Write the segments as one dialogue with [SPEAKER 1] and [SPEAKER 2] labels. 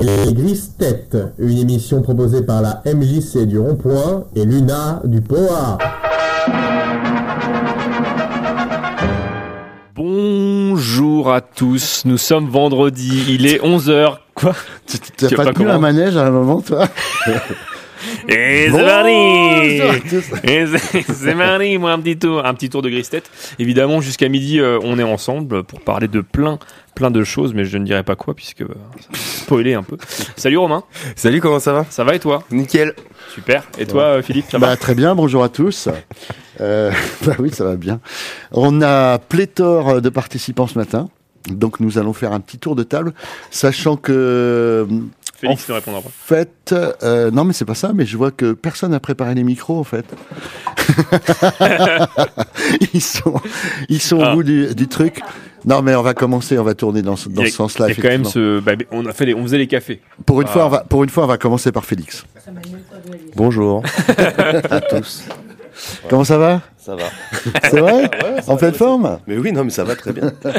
[SPEAKER 1] Les Grises Têtes, une émission proposée par la MJC du Rond-Point et Luna du POA.
[SPEAKER 2] Bonjour à tous, nous sommes vendredi, il est 11h. Quoi
[SPEAKER 3] Tu- tu- T'as pas tenu un manège à un moment, toi
[SPEAKER 2] Et
[SPEAKER 3] Bonjour
[SPEAKER 2] c'est
[SPEAKER 3] à
[SPEAKER 2] Marie
[SPEAKER 3] tous.
[SPEAKER 2] Et c'est- C'est Marie, moi un petit tour, un petit tour de grise tête. Évidemment, jusqu'à midi, euh, on est ensemble pour parler de plein, plein de choses, mais je ne dirai pas quoi puisque euh, ça va spoiler un peu. Salut Romain,
[SPEAKER 4] Salut, comment ça va
[SPEAKER 2] ça va et toi
[SPEAKER 4] Nickel.
[SPEAKER 2] Super. Et toi, euh, Philippe, ça va
[SPEAKER 3] Bah, Très bien, bonjour à tous. Euh, bah oui, ça va bien. On a pléthore de participants ce matin. Donc nous allons faire un petit tour de table, sachant que euh,
[SPEAKER 2] Félix
[SPEAKER 3] en-
[SPEAKER 2] te répondra après.
[SPEAKER 3] en fait, euh, non mais c'est pas ça, mais je vois que personne n'a préparé les micros en fait. ils sont, ils sont
[SPEAKER 2] Ah.
[SPEAKER 3] au bout du, du truc. Non mais on va commencer, on va tourner dans, ce- dans
[SPEAKER 2] Il y a-
[SPEAKER 3] ce sens-là.
[SPEAKER 2] il y a quand même
[SPEAKER 3] effectivement.
[SPEAKER 2] ce. bah, on, a fait les- on faisait les cafés.
[SPEAKER 3] Pour une
[SPEAKER 2] Ah.
[SPEAKER 3] fois, on va, pour une fois, on va commencer par Félix.
[SPEAKER 4] Bonjour à tous.
[SPEAKER 3] Comment ça va
[SPEAKER 4] Ça va.
[SPEAKER 3] C'est vrai En pleine forme
[SPEAKER 4] Mais oui, non, mais ça va très bien. Ça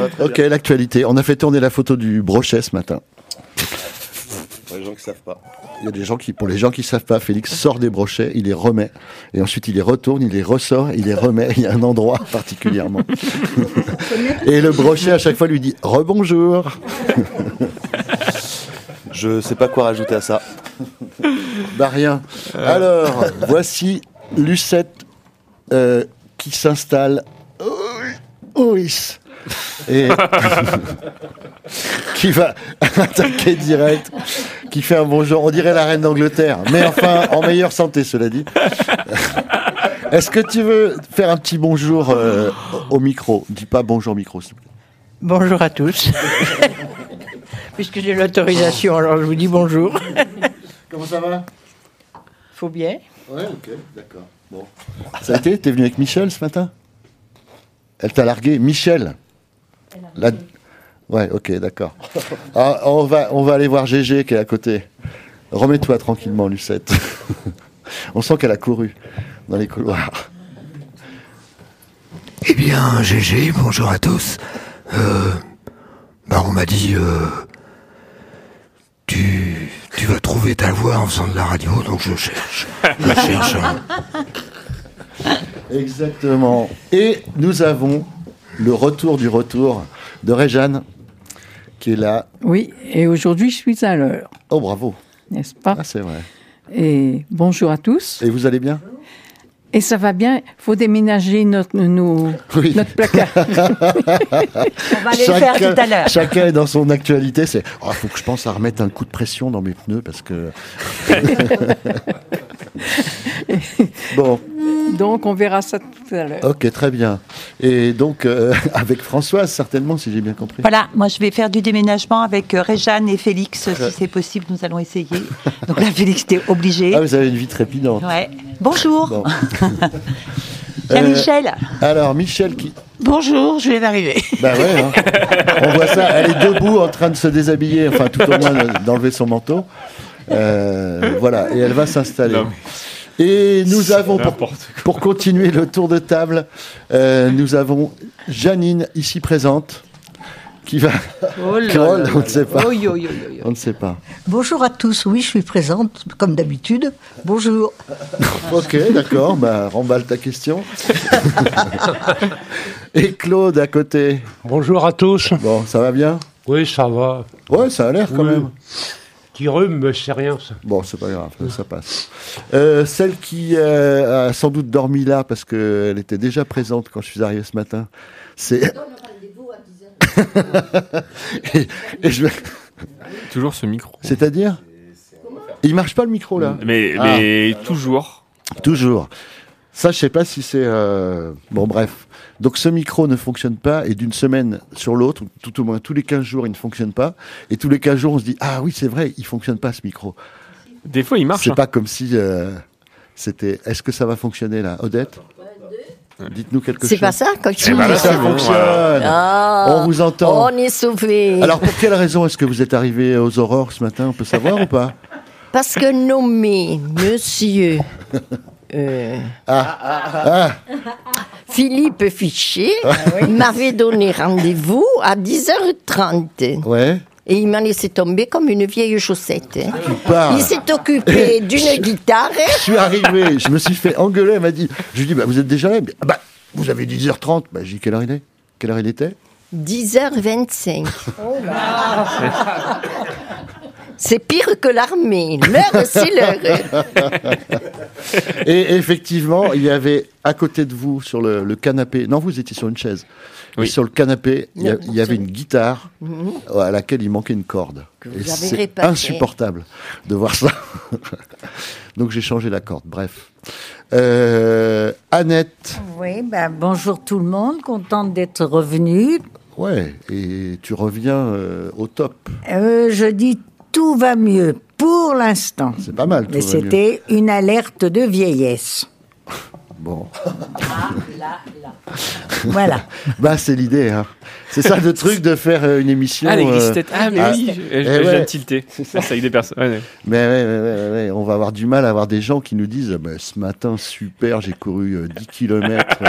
[SPEAKER 4] va très
[SPEAKER 3] Ok, l'actualité. On a fait tourner la photo du brochet ce matin.
[SPEAKER 4] bien. Pour les gens qui savent pas.
[SPEAKER 3] Il y a des gens qui, pour les gens qui savent pas, Félix sort des brochets, il les remet, et ensuite il les retourne, il les ressort, il les remet. Il y a un endroit particulièrement. Et le brochet à chaque fois lui dit rebonjour.
[SPEAKER 4] Je sais pas quoi rajouter à ça.
[SPEAKER 3] Bah rien. Alors, voici Lucette euh, qui s'installe. Oh, Oris. Et qui va attaquer direct, qui fait un bonjour. On dirait la reine d'Angleterre, mais enfin en meilleure santé, cela dit. Est-ce que tu veux faire un petit bonjour euh, au au micro Dis pas bonjour micro, s'il te plaît.
[SPEAKER 5] Bonjour à tous. Puisque j'ai l'autorisation, alors je vous dis bonjour.
[SPEAKER 3] Comment ça va
[SPEAKER 5] Faut bien.
[SPEAKER 3] Ouais, ok, d'accord. Bon. Ça a été T'es venu avec Michel ce matin Elle t'a largué Michel La- Ouais, ok, d'accord. Ah, on, va, on va aller voir Gégé qui est à côté. Remets-toi tranquillement, Lucette. on sent qu'elle a couru dans les couloirs.
[SPEAKER 6] Eh bien, GG, bonjour à tous. Euh, bah, on m'a dit, euh, tu, tu vas trouver ta voix en faisant de la radio, donc je cherche. Je cherche. hein.
[SPEAKER 3] Exactement. Et nous avons le retour du retour de Réjeanne qui est là.
[SPEAKER 7] Oui, et aujourd'hui je suis à l'heure,
[SPEAKER 3] Oh, bravo.
[SPEAKER 7] n'est-ce pas
[SPEAKER 3] Ah, c'est vrai.
[SPEAKER 7] Et bonjour à tous.
[SPEAKER 3] Et vous allez bien
[SPEAKER 7] Et ça va bien, faut déménager notre, nos-
[SPEAKER 3] Oui.
[SPEAKER 7] notre placard.
[SPEAKER 5] On va aller le faire tout à l'heure.
[SPEAKER 3] chacun est dans son actualité. C'est oh, faut que je pense à remettre un coup de pression dans mes pneus parce que. bon,
[SPEAKER 7] Donc on verra ça tout à l'heure.
[SPEAKER 3] ok, très bien. Et donc euh, avec Françoise certainement, si j'ai bien compris.
[SPEAKER 8] Voilà, moi je vais faire du déménagement avec euh, Réjeanne et Félix, euh, si c'est possible, nous allons essayer. Donc là, Félix, t'es obligé.
[SPEAKER 3] Ah, vous avez une vie trépidante.
[SPEAKER 8] Ouais. Bonjour,
[SPEAKER 3] Bon.
[SPEAKER 8] Pierre
[SPEAKER 3] Euh,
[SPEAKER 8] Michel.
[SPEAKER 3] Alors Michel qui,
[SPEAKER 5] Bonjour, je viens d'arriver.
[SPEAKER 3] bah ouais, hein. on voit ça. Elle est debout en train de se déshabiller, enfin tout au moins de- d'enlever son manteau. Euh, voilà, et elle va s'installer.
[SPEAKER 2] Non, mais
[SPEAKER 3] Et nous avons pour
[SPEAKER 2] N'importe quoi.
[SPEAKER 3] Pour continuer le tour de table, euh, nous avons Janine ici présente qui va. Oh
[SPEAKER 9] Oh
[SPEAKER 3] Carole, on ne sait pas. On ne sait pas.
[SPEAKER 9] Bonjour à tous, oui, je suis présente, comme d'habitude. Bonjour.
[SPEAKER 3] Ok, d'accord, bah, remballe ta question. Et Claude à côté.
[SPEAKER 10] Bonjour à tous.
[SPEAKER 3] Bon, ça va bien
[SPEAKER 10] Oui, ça va.
[SPEAKER 3] Ouais, ça a l'air quand
[SPEAKER 10] Oui.
[SPEAKER 3] même.
[SPEAKER 10] Petit rhume, mais c'est rien. Ça.
[SPEAKER 3] Bon, c'est pas grave, ça passe. Euh, celle qui euh, a sans doute dormi là parce qu'elle était déjà présente quand je suis arrivé ce matin, c'est. et, et je vais-
[SPEAKER 2] Toujours ce micro.
[SPEAKER 3] C'est-à-dire Il marche pas le micro là
[SPEAKER 2] Mais,
[SPEAKER 3] Ah.
[SPEAKER 2] mais toujours.
[SPEAKER 3] Toujours. Ça, je sais pas si c'est euh, bon. Bref, donc ce micro ne fonctionne pas et d'une semaine sur l'autre, ou tout au moins tous les 15 jours, il ne fonctionne pas. Et tous les 15 jours, on se dit ah oui, c'est vrai, il fonctionne pas ce micro.
[SPEAKER 2] Des fois, il marche.
[SPEAKER 3] C'est
[SPEAKER 2] hein.
[SPEAKER 3] pas comme si euh, c'était. Est-ce que ça va fonctionner là, Odette Dites-nous quelque chose.
[SPEAKER 11] C'est pas ça quand tu
[SPEAKER 2] Eh ben
[SPEAKER 3] Ah,
[SPEAKER 2] là,
[SPEAKER 3] ça
[SPEAKER 2] c'est bon,
[SPEAKER 3] fonctionne. On vous entend.
[SPEAKER 11] Ah, On est sauvé.
[SPEAKER 3] Alors pour quelle raison est-ce que vous êtes arrivé aux aurores ce matin On peut savoir ou pas
[SPEAKER 11] Parce que nommé monsieur euh,
[SPEAKER 3] Ah,
[SPEAKER 11] Philippe
[SPEAKER 3] Ah,
[SPEAKER 11] Fiché m'avait donné rendez-vous à 10h30.
[SPEAKER 3] Ouais.
[SPEAKER 11] Et il m'a laissé tomber comme une vieille chaussette. hein.
[SPEAKER 3] parles
[SPEAKER 11] Il s'est occupé d'une guitare.
[SPEAKER 3] Ah, Je suis arrivé, je me suis fait engueuler, elle m'a dit, je lui dis, bah, vous êtes déjà là Elle me dit, Ah bah, vous avez 10h30. Bah, j'ai dit, quelle heure il est Quelle heure il était
[SPEAKER 11] 10h25. C'est pire que l'armée. L'heure, c'est l'heure.
[SPEAKER 3] Et effectivement, il y avait à côté de vous, sur le, le canapé, non, vous étiez sur une chaise, Et sur le canapé, il y, a- il y avait une guitare
[SPEAKER 11] Mhm.
[SPEAKER 3] à laquelle il manquait une corde.
[SPEAKER 11] vous
[SPEAKER 3] Et
[SPEAKER 11] avez
[SPEAKER 3] c'est
[SPEAKER 11] réparée.
[SPEAKER 3] insupportable de voir ça. Donc j'ai changé la corde, bref. Euh, Annette,
[SPEAKER 11] Mm.
[SPEAKER 9] Oui, ben, bonjour tout le monde, contente d'être revenue.
[SPEAKER 3] ouais, et tu reviens euh, au top.
[SPEAKER 9] Euh, je dis tout va mieux pour l'instant.
[SPEAKER 3] C'est pas mal. tout
[SPEAKER 9] Mais
[SPEAKER 3] va mieux.
[SPEAKER 9] c'était une alerte de vieillesse.
[SPEAKER 3] Bon.
[SPEAKER 9] Voilà.
[SPEAKER 3] bah, c'est l'idée. Hein. C'est ça le truc de faire euh, une émission.
[SPEAKER 2] Ah, les
[SPEAKER 3] euh,
[SPEAKER 2] grisettes. Ah, mais
[SPEAKER 3] à-
[SPEAKER 2] oui,
[SPEAKER 3] Eh
[SPEAKER 2] je je viens
[SPEAKER 3] ouais.
[SPEAKER 2] de tilter. Ça, c'est avec des personnes. ouais, ouais.
[SPEAKER 3] Mais ouais, ouais, ouais, ouais, ouais, on va avoir du mal à avoir des gens qui nous disent bah, ce matin, super, j'ai couru euh, 10 km.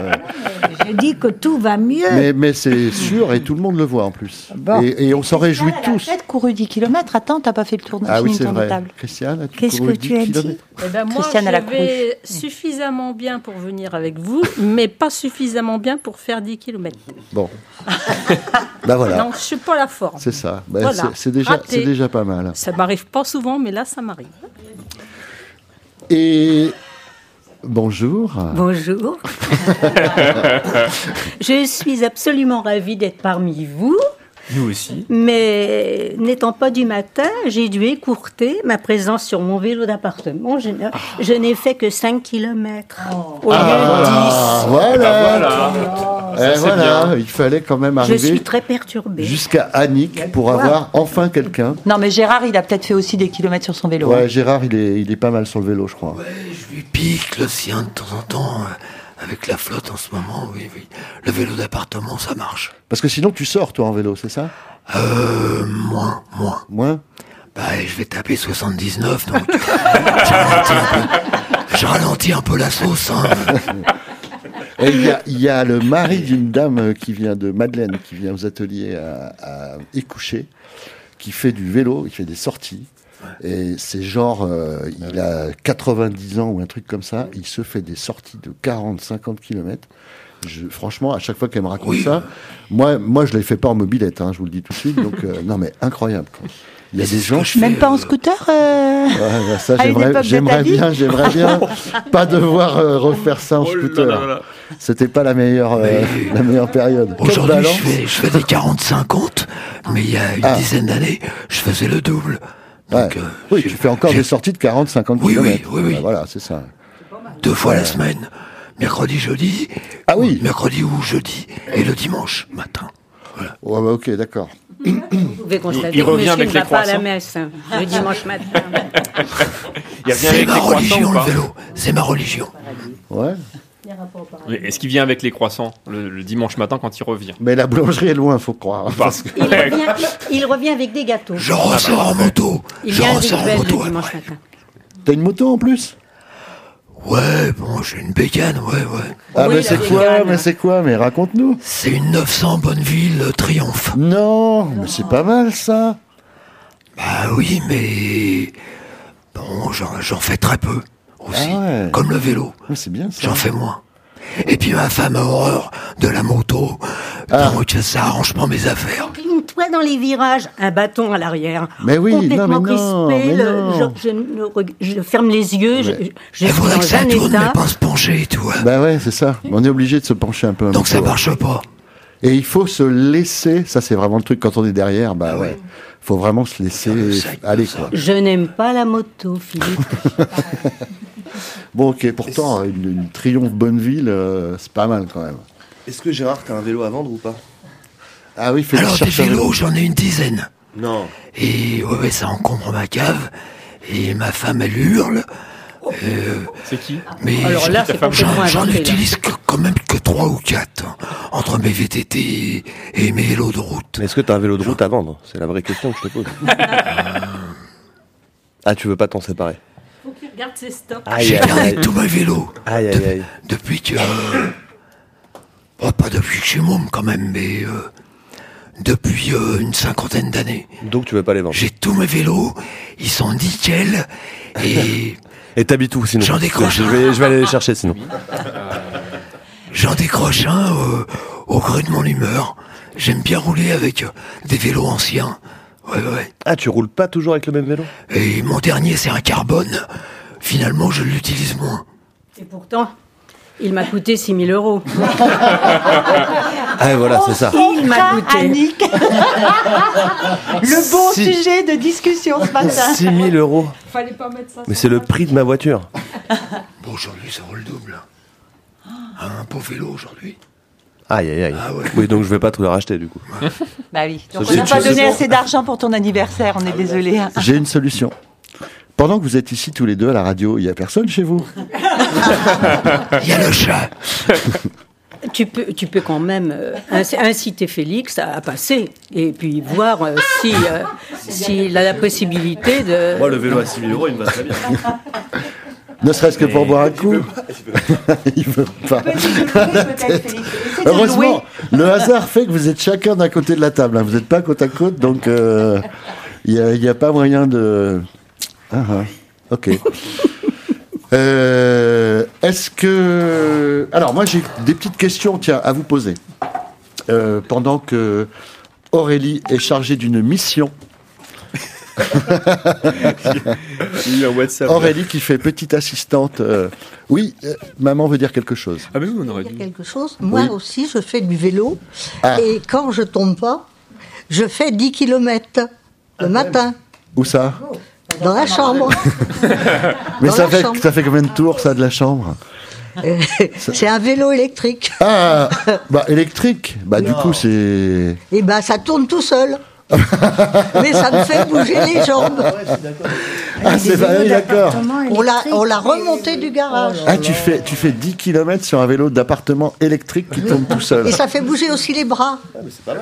[SPEAKER 9] Je dis que tout
[SPEAKER 8] Ah,
[SPEAKER 9] va mieux.
[SPEAKER 3] mais mais c'est sûr et tout le monde le voit en plus.
[SPEAKER 9] Bon.
[SPEAKER 3] Et, et on s'en réjouit
[SPEAKER 8] Elle a
[SPEAKER 3] tous.
[SPEAKER 8] peut-être couru 10 km. Attends, t'as pas fait le tour de
[SPEAKER 3] Ah oui,
[SPEAKER 8] fini le
[SPEAKER 3] c'est
[SPEAKER 8] tour de
[SPEAKER 3] vrai.
[SPEAKER 8] table.
[SPEAKER 3] Christiane, as-tu
[SPEAKER 8] Qu'est-ce
[SPEAKER 3] couru
[SPEAKER 8] que tu
[SPEAKER 3] 10
[SPEAKER 8] as dit
[SPEAKER 3] kilomètres Eh,
[SPEAKER 12] Eh ben, moi,
[SPEAKER 8] Christiane, elle a
[SPEAKER 12] je
[SPEAKER 8] couru.
[SPEAKER 12] vais suffisamment bien pour venir avec vous, mais pas suffisamment bien pour faire 10 km.
[SPEAKER 3] Bon. bah voilà.
[SPEAKER 12] Donc, je suis pas la forme.
[SPEAKER 3] C'est ça. Bah,
[SPEAKER 12] Voilà.
[SPEAKER 3] c'est- C'est déjà,
[SPEAKER 12] Raté.
[SPEAKER 3] c'est déjà pas mal.
[SPEAKER 12] Ça m'arrive pas souvent, mais là, ça m'arrive.
[SPEAKER 3] Et bonjour.
[SPEAKER 13] Bonjour. Je suis absolument ravie d'être parmi vous,
[SPEAKER 2] Nous aussi.
[SPEAKER 13] mais n'étant pas du matin, j'ai dû écourter ma présence sur mon vélo d'appartement. Je n'ai- je n'ai fait que 5 km.
[SPEAKER 7] Oh.
[SPEAKER 3] Ah, voilà.
[SPEAKER 2] Ah,
[SPEAKER 3] Eh,
[SPEAKER 12] Oh.
[SPEAKER 2] Ça, c'est
[SPEAKER 3] voilà.
[SPEAKER 2] bien.
[SPEAKER 3] Il fallait quand même
[SPEAKER 13] Je suis
[SPEAKER 3] arriver
[SPEAKER 13] très perturbée.
[SPEAKER 3] jusqu'à Annick pour
[SPEAKER 8] Voilà.
[SPEAKER 3] avoir enfin quelqu'un.
[SPEAKER 8] Non, mais Gérard, il a peut-être fait aussi des kilomètres sur son vélo.
[SPEAKER 3] Ouais,
[SPEAKER 8] hein.
[SPEAKER 3] Gérard, il est, il est pas mal sur le vélo, je crois.
[SPEAKER 6] Il pique le sien de temps en temps, euh, avec la flotte en ce moment, oui, oui. Le vélo d'appartement, ça marche.
[SPEAKER 3] Parce que sinon, tu sors, toi, en vélo, c'est ça
[SPEAKER 6] Euh, moins, moins.
[SPEAKER 3] Moins
[SPEAKER 6] Bah, je vais taper 79, donc. Tu vois, tu vois, je ralentis un peu la sauce, hein.
[SPEAKER 3] Et il y a, il y a le mari d'une dame euh, qui vient de Madeleine, qui vient aux ateliers à, à Écoucher, qui fait du vélo, il fait des sorties. Et c'est genre, euh, il a 90 ans ou un truc comme ça, il se fait des sorties de 40-50 km. Je, franchement, à chaque fois qu'elle me raconte ça, moi, moi je ne les fais pas en mobilette, hein, je vous le dis tout de suite. Donc, euh, non, mais incroyable. quoi. Il y a des gens.
[SPEAKER 8] Même pas en scooter euh,
[SPEAKER 3] Ouais, bah, ça,
[SPEAKER 8] à une
[SPEAKER 3] j'aimerais,
[SPEAKER 8] époque de
[SPEAKER 3] j'aimerais
[SPEAKER 8] ta vie
[SPEAKER 3] bien, j'aimerais bien pas devoir euh, refaire ça en scooter. C'était pas la meilleure, euh, la meilleure période.
[SPEAKER 6] Aujourd'hui,
[SPEAKER 3] Quelle
[SPEAKER 6] je
[SPEAKER 3] balance.
[SPEAKER 6] fais, je fais des 40-50, mais il y a une
[SPEAKER 3] Ah.
[SPEAKER 6] dizaine d'années, je faisais le double. euh,
[SPEAKER 3] Ouais. oui, tu fais encore des sorties de 40, 50
[SPEAKER 6] Oui, oui,
[SPEAKER 3] km.
[SPEAKER 6] oui, oui.
[SPEAKER 3] voilà, c'est ça.
[SPEAKER 6] Deux fois la semaine. Mercredi, jeudi.
[SPEAKER 3] Ah oui
[SPEAKER 6] Mercredi ou jeudi. Et le dimanche matin.
[SPEAKER 3] Ouais, bah, ok, d'accord.
[SPEAKER 13] Vous pouvez constater
[SPEAKER 6] Il- il
[SPEAKER 13] que
[SPEAKER 6] revient
[SPEAKER 13] monsieur
[SPEAKER 6] avec
[SPEAKER 13] ne
[SPEAKER 6] les
[SPEAKER 13] va pas à la
[SPEAKER 6] croissants.
[SPEAKER 13] messe hein, le dimanche matin.
[SPEAKER 2] Il revient avec
[SPEAKER 6] ma
[SPEAKER 2] les croissants
[SPEAKER 6] religion,
[SPEAKER 2] ou
[SPEAKER 6] le
[SPEAKER 2] pas
[SPEAKER 6] vélo. C'est ma religion.
[SPEAKER 3] Ouais.
[SPEAKER 2] Mais Est-ce qu'il vient avec les croissants le, le dimanche matin quand il revient Bah.
[SPEAKER 3] Mais la boulangerie est loin, faut croire. hein, parce que-
[SPEAKER 13] Il revient, il revient avec des gâteaux.
[SPEAKER 6] Je ressors en moto.
[SPEAKER 13] Il
[SPEAKER 6] Je
[SPEAKER 13] y a un
[SPEAKER 6] ressors en
[SPEAKER 13] rituel
[SPEAKER 6] moto
[SPEAKER 13] le dimanche matin.
[SPEAKER 3] T'as une moto en plus
[SPEAKER 6] Ouais, bon, j'ai une bécane, ouais, ouais.
[SPEAKER 3] Ah, mais c'est quoi Mais c'est quoi Mais raconte-nous.
[SPEAKER 6] C'est une 900 Bonneville euh, Triomphe.
[SPEAKER 3] Non, mais c'est pas mal ça.
[SPEAKER 6] Bah oui, mais. Bon, j'en j'en fais très peu aussi. Comme le vélo.
[SPEAKER 3] Ah c'est bien ça.
[SPEAKER 6] J'en fais moins. Et puis ma femme a horreur de la moto.
[SPEAKER 3] Ah.
[SPEAKER 6] Donc ça arrange pas mes affaires.
[SPEAKER 13] Cligne-toi dans les virages, un bâton à l'arrière.
[SPEAKER 6] Mais oui,
[SPEAKER 13] complètement
[SPEAKER 6] non, mais non,
[SPEAKER 13] crispé.
[SPEAKER 6] mais
[SPEAKER 13] le-
[SPEAKER 6] non.
[SPEAKER 13] Je, je ne reg- je ferme les yeux, je, je
[SPEAKER 6] Elle
[SPEAKER 13] suis
[SPEAKER 6] voudrait que
[SPEAKER 13] dans
[SPEAKER 6] ça
[SPEAKER 13] un
[SPEAKER 6] tourne, mais
[SPEAKER 13] état.
[SPEAKER 6] pas se pencher et tout. hein.
[SPEAKER 3] Bah ouais, c'est ça. On est obligé de se pencher un peu.
[SPEAKER 6] Donc ça marche pas.
[SPEAKER 3] Et il faut se laisser. Ça, c'est vraiment le truc. Quand on est derrière,
[SPEAKER 6] Ah
[SPEAKER 3] bah ouais. Faut vraiment se laisser aller, quoi.
[SPEAKER 13] Je n'aime pas la moto, Philippe.
[SPEAKER 3] Bon, ok. Pourtant, une, une Triomphe Bonneville, euh, c'est pas mal quand même.
[SPEAKER 4] Est-ce que Gérard, t'as un vélo à vendre ou pas
[SPEAKER 3] Ah oui, fais
[SPEAKER 6] Alors des vélos, j'en ai une dizaine.
[SPEAKER 4] Non.
[SPEAKER 6] Et ouais, ouais, ça encombre ma cave. Et ma femme, elle hurle. Euh,
[SPEAKER 2] C'est qui
[SPEAKER 6] mais
[SPEAKER 2] Alors
[SPEAKER 6] je-
[SPEAKER 2] là, c'est complètement
[SPEAKER 6] j'en- j'en
[SPEAKER 2] inventé, là.
[SPEAKER 6] utilise que- quand même que trois ou quatre hein, entre mes VTT et mes vélos de route.
[SPEAKER 4] Mais est-ce que t'as un vélo de route à vendre C'est la vraie question que je te pose. ah, tu veux pas t'en séparer
[SPEAKER 12] Faut qu'il regarde ses stocks.
[SPEAKER 6] J'ai gardé tous mes vélos.
[SPEAKER 4] Aïe, aïe, aïe.
[SPEAKER 6] oh, Depuis que. euh, bon, pas depuis que je suis môme quand même, mais. euh, depuis euh, une cinquantaine d'années.
[SPEAKER 4] Donc tu veux pas les vendre.
[SPEAKER 6] J'ai tous mes vélos, ils sont nickel et
[SPEAKER 4] Et t'habites où sinon
[SPEAKER 6] J'en décroche.
[SPEAKER 4] Je vais, je vais aller les chercher sinon.
[SPEAKER 6] j'en décroche un euh, au gré de mon humeur. J'aime bien rouler avec euh, des vélos anciens. Ouais, ouais.
[SPEAKER 4] Ah, tu roules pas toujours avec le même vélo
[SPEAKER 6] Et mon dernier, c'est un carbone. Finalement, je l'utilise moins.
[SPEAKER 13] Et pourtant, il m'a coûté 6 000 euros.
[SPEAKER 4] Ah voilà, c'est ça.
[SPEAKER 13] Il m'a coûté.
[SPEAKER 8] Annick. Le bon
[SPEAKER 4] Six-
[SPEAKER 8] sujet de discussion ce matin.
[SPEAKER 4] 6000 euros.
[SPEAKER 8] Fallait pas mettre ça.
[SPEAKER 4] Mais c'est le prix de ma voiture.
[SPEAKER 6] Bon, aujourd'hui, ça roule double. hein. Ah, Un beau vélo aujourd'hui.
[SPEAKER 4] Aïe aïe aïe. Oui, donc je vais pas te le racheter du coup.
[SPEAKER 8] Bah oui. Donc
[SPEAKER 4] Ça,
[SPEAKER 8] on n'a
[SPEAKER 4] c'est-
[SPEAKER 8] pas
[SPEAKER 4] c'est-
[SPEAKER 8] donné
[SPEAKER 4] c'est-
[SPEAKER 8] assez d'argent pour ton anniversaire,
[SPEAKER 12] Ah bah,
[SPEAKER 8] on est désolé. hein.
[SPEAKER 3] J'ai une solution. Pendant que vous êtes ici tous les deux à la radio, il n'y a personne chez vous
[SPEAKER 6] Il y a le chat.
[SPEAKER 13] Tu peux, tu peux quand même euh, inc- inciter Félix à, à passer et puis voir euh, si euh, s'il a la possibilité de.
[SPEAKER 4] Moi, le vélo à 6000 Bah, euros, il me va très bien.
[SPEAKER 3] Ne serait-ce que pour
[SPEAKER 4] Mais-
[SPEAKER 3] boire un coup. Il veut pas. La tête. Heureusement, le hasard fait que vous êtes chacun d'un côté de la table. hein. Vous n'êtes pas côte à côte, donc euh, il n'y a, pas moyen de. Ah, ah. ok. Euh, Est-ce que. Alors, moi, j'ai des petites questions tiens, à vous poser. Euh, pendant que Aurélie est chargée d'une mission.
[SPEAKER 2] Il a un WhatsApp. là.
[SPEAKER 3] Aurélie qui fait petite assistante. euh, Oui, euh, maman veut dire quelque chose.
[SPEAKER 2] Ah, mais oui, on aurait
[SPEAKER 9] dire
[SPEAKER 2] dû.
[SPEAKER 9] quelque chose. Moi
[SPEAKER 3] Oui.
[SPEAKER 9] aussi, je fais du vélo.
[SPEAKER 3] Ah.
[SPEAKER 9] Et quand je tombe pas, je fais 10 km le matin,
[SPEAKER 3] Où ça
[SPEAKER 9] dans la chambre.
[SPEAKER 3] Mais
[SPEAKER 9] Dans
[SPEAKER 3] ça
[SPEAKER 9] la
[SPEAKER 3] fait,
[SPEAKER 9] chambre.
[SPEAKER 3] ça fait combien de tours, ça, de la chambre
[SPEAKER 9] c'est un vélo électrique.
[SPEAKER 3] Ah Bah, électrique Bah, du coup, c'est.
[SPEAKER 9] Et ben, ça tourne tout seul. Mais ça me fait bouger les jambes.
[SPEAKER 3] Ah, c'est Valérie, d'accord
[SPEAKER 9] On l'a, on l'a remonté du garage.
[SPEAKER 3] Ah, tu fais, tu fais 10 km sur un vélo d'appartement électrique qui tombe tout seul.
[SPEAKER 9] Et ça fait bouger aussi les bras.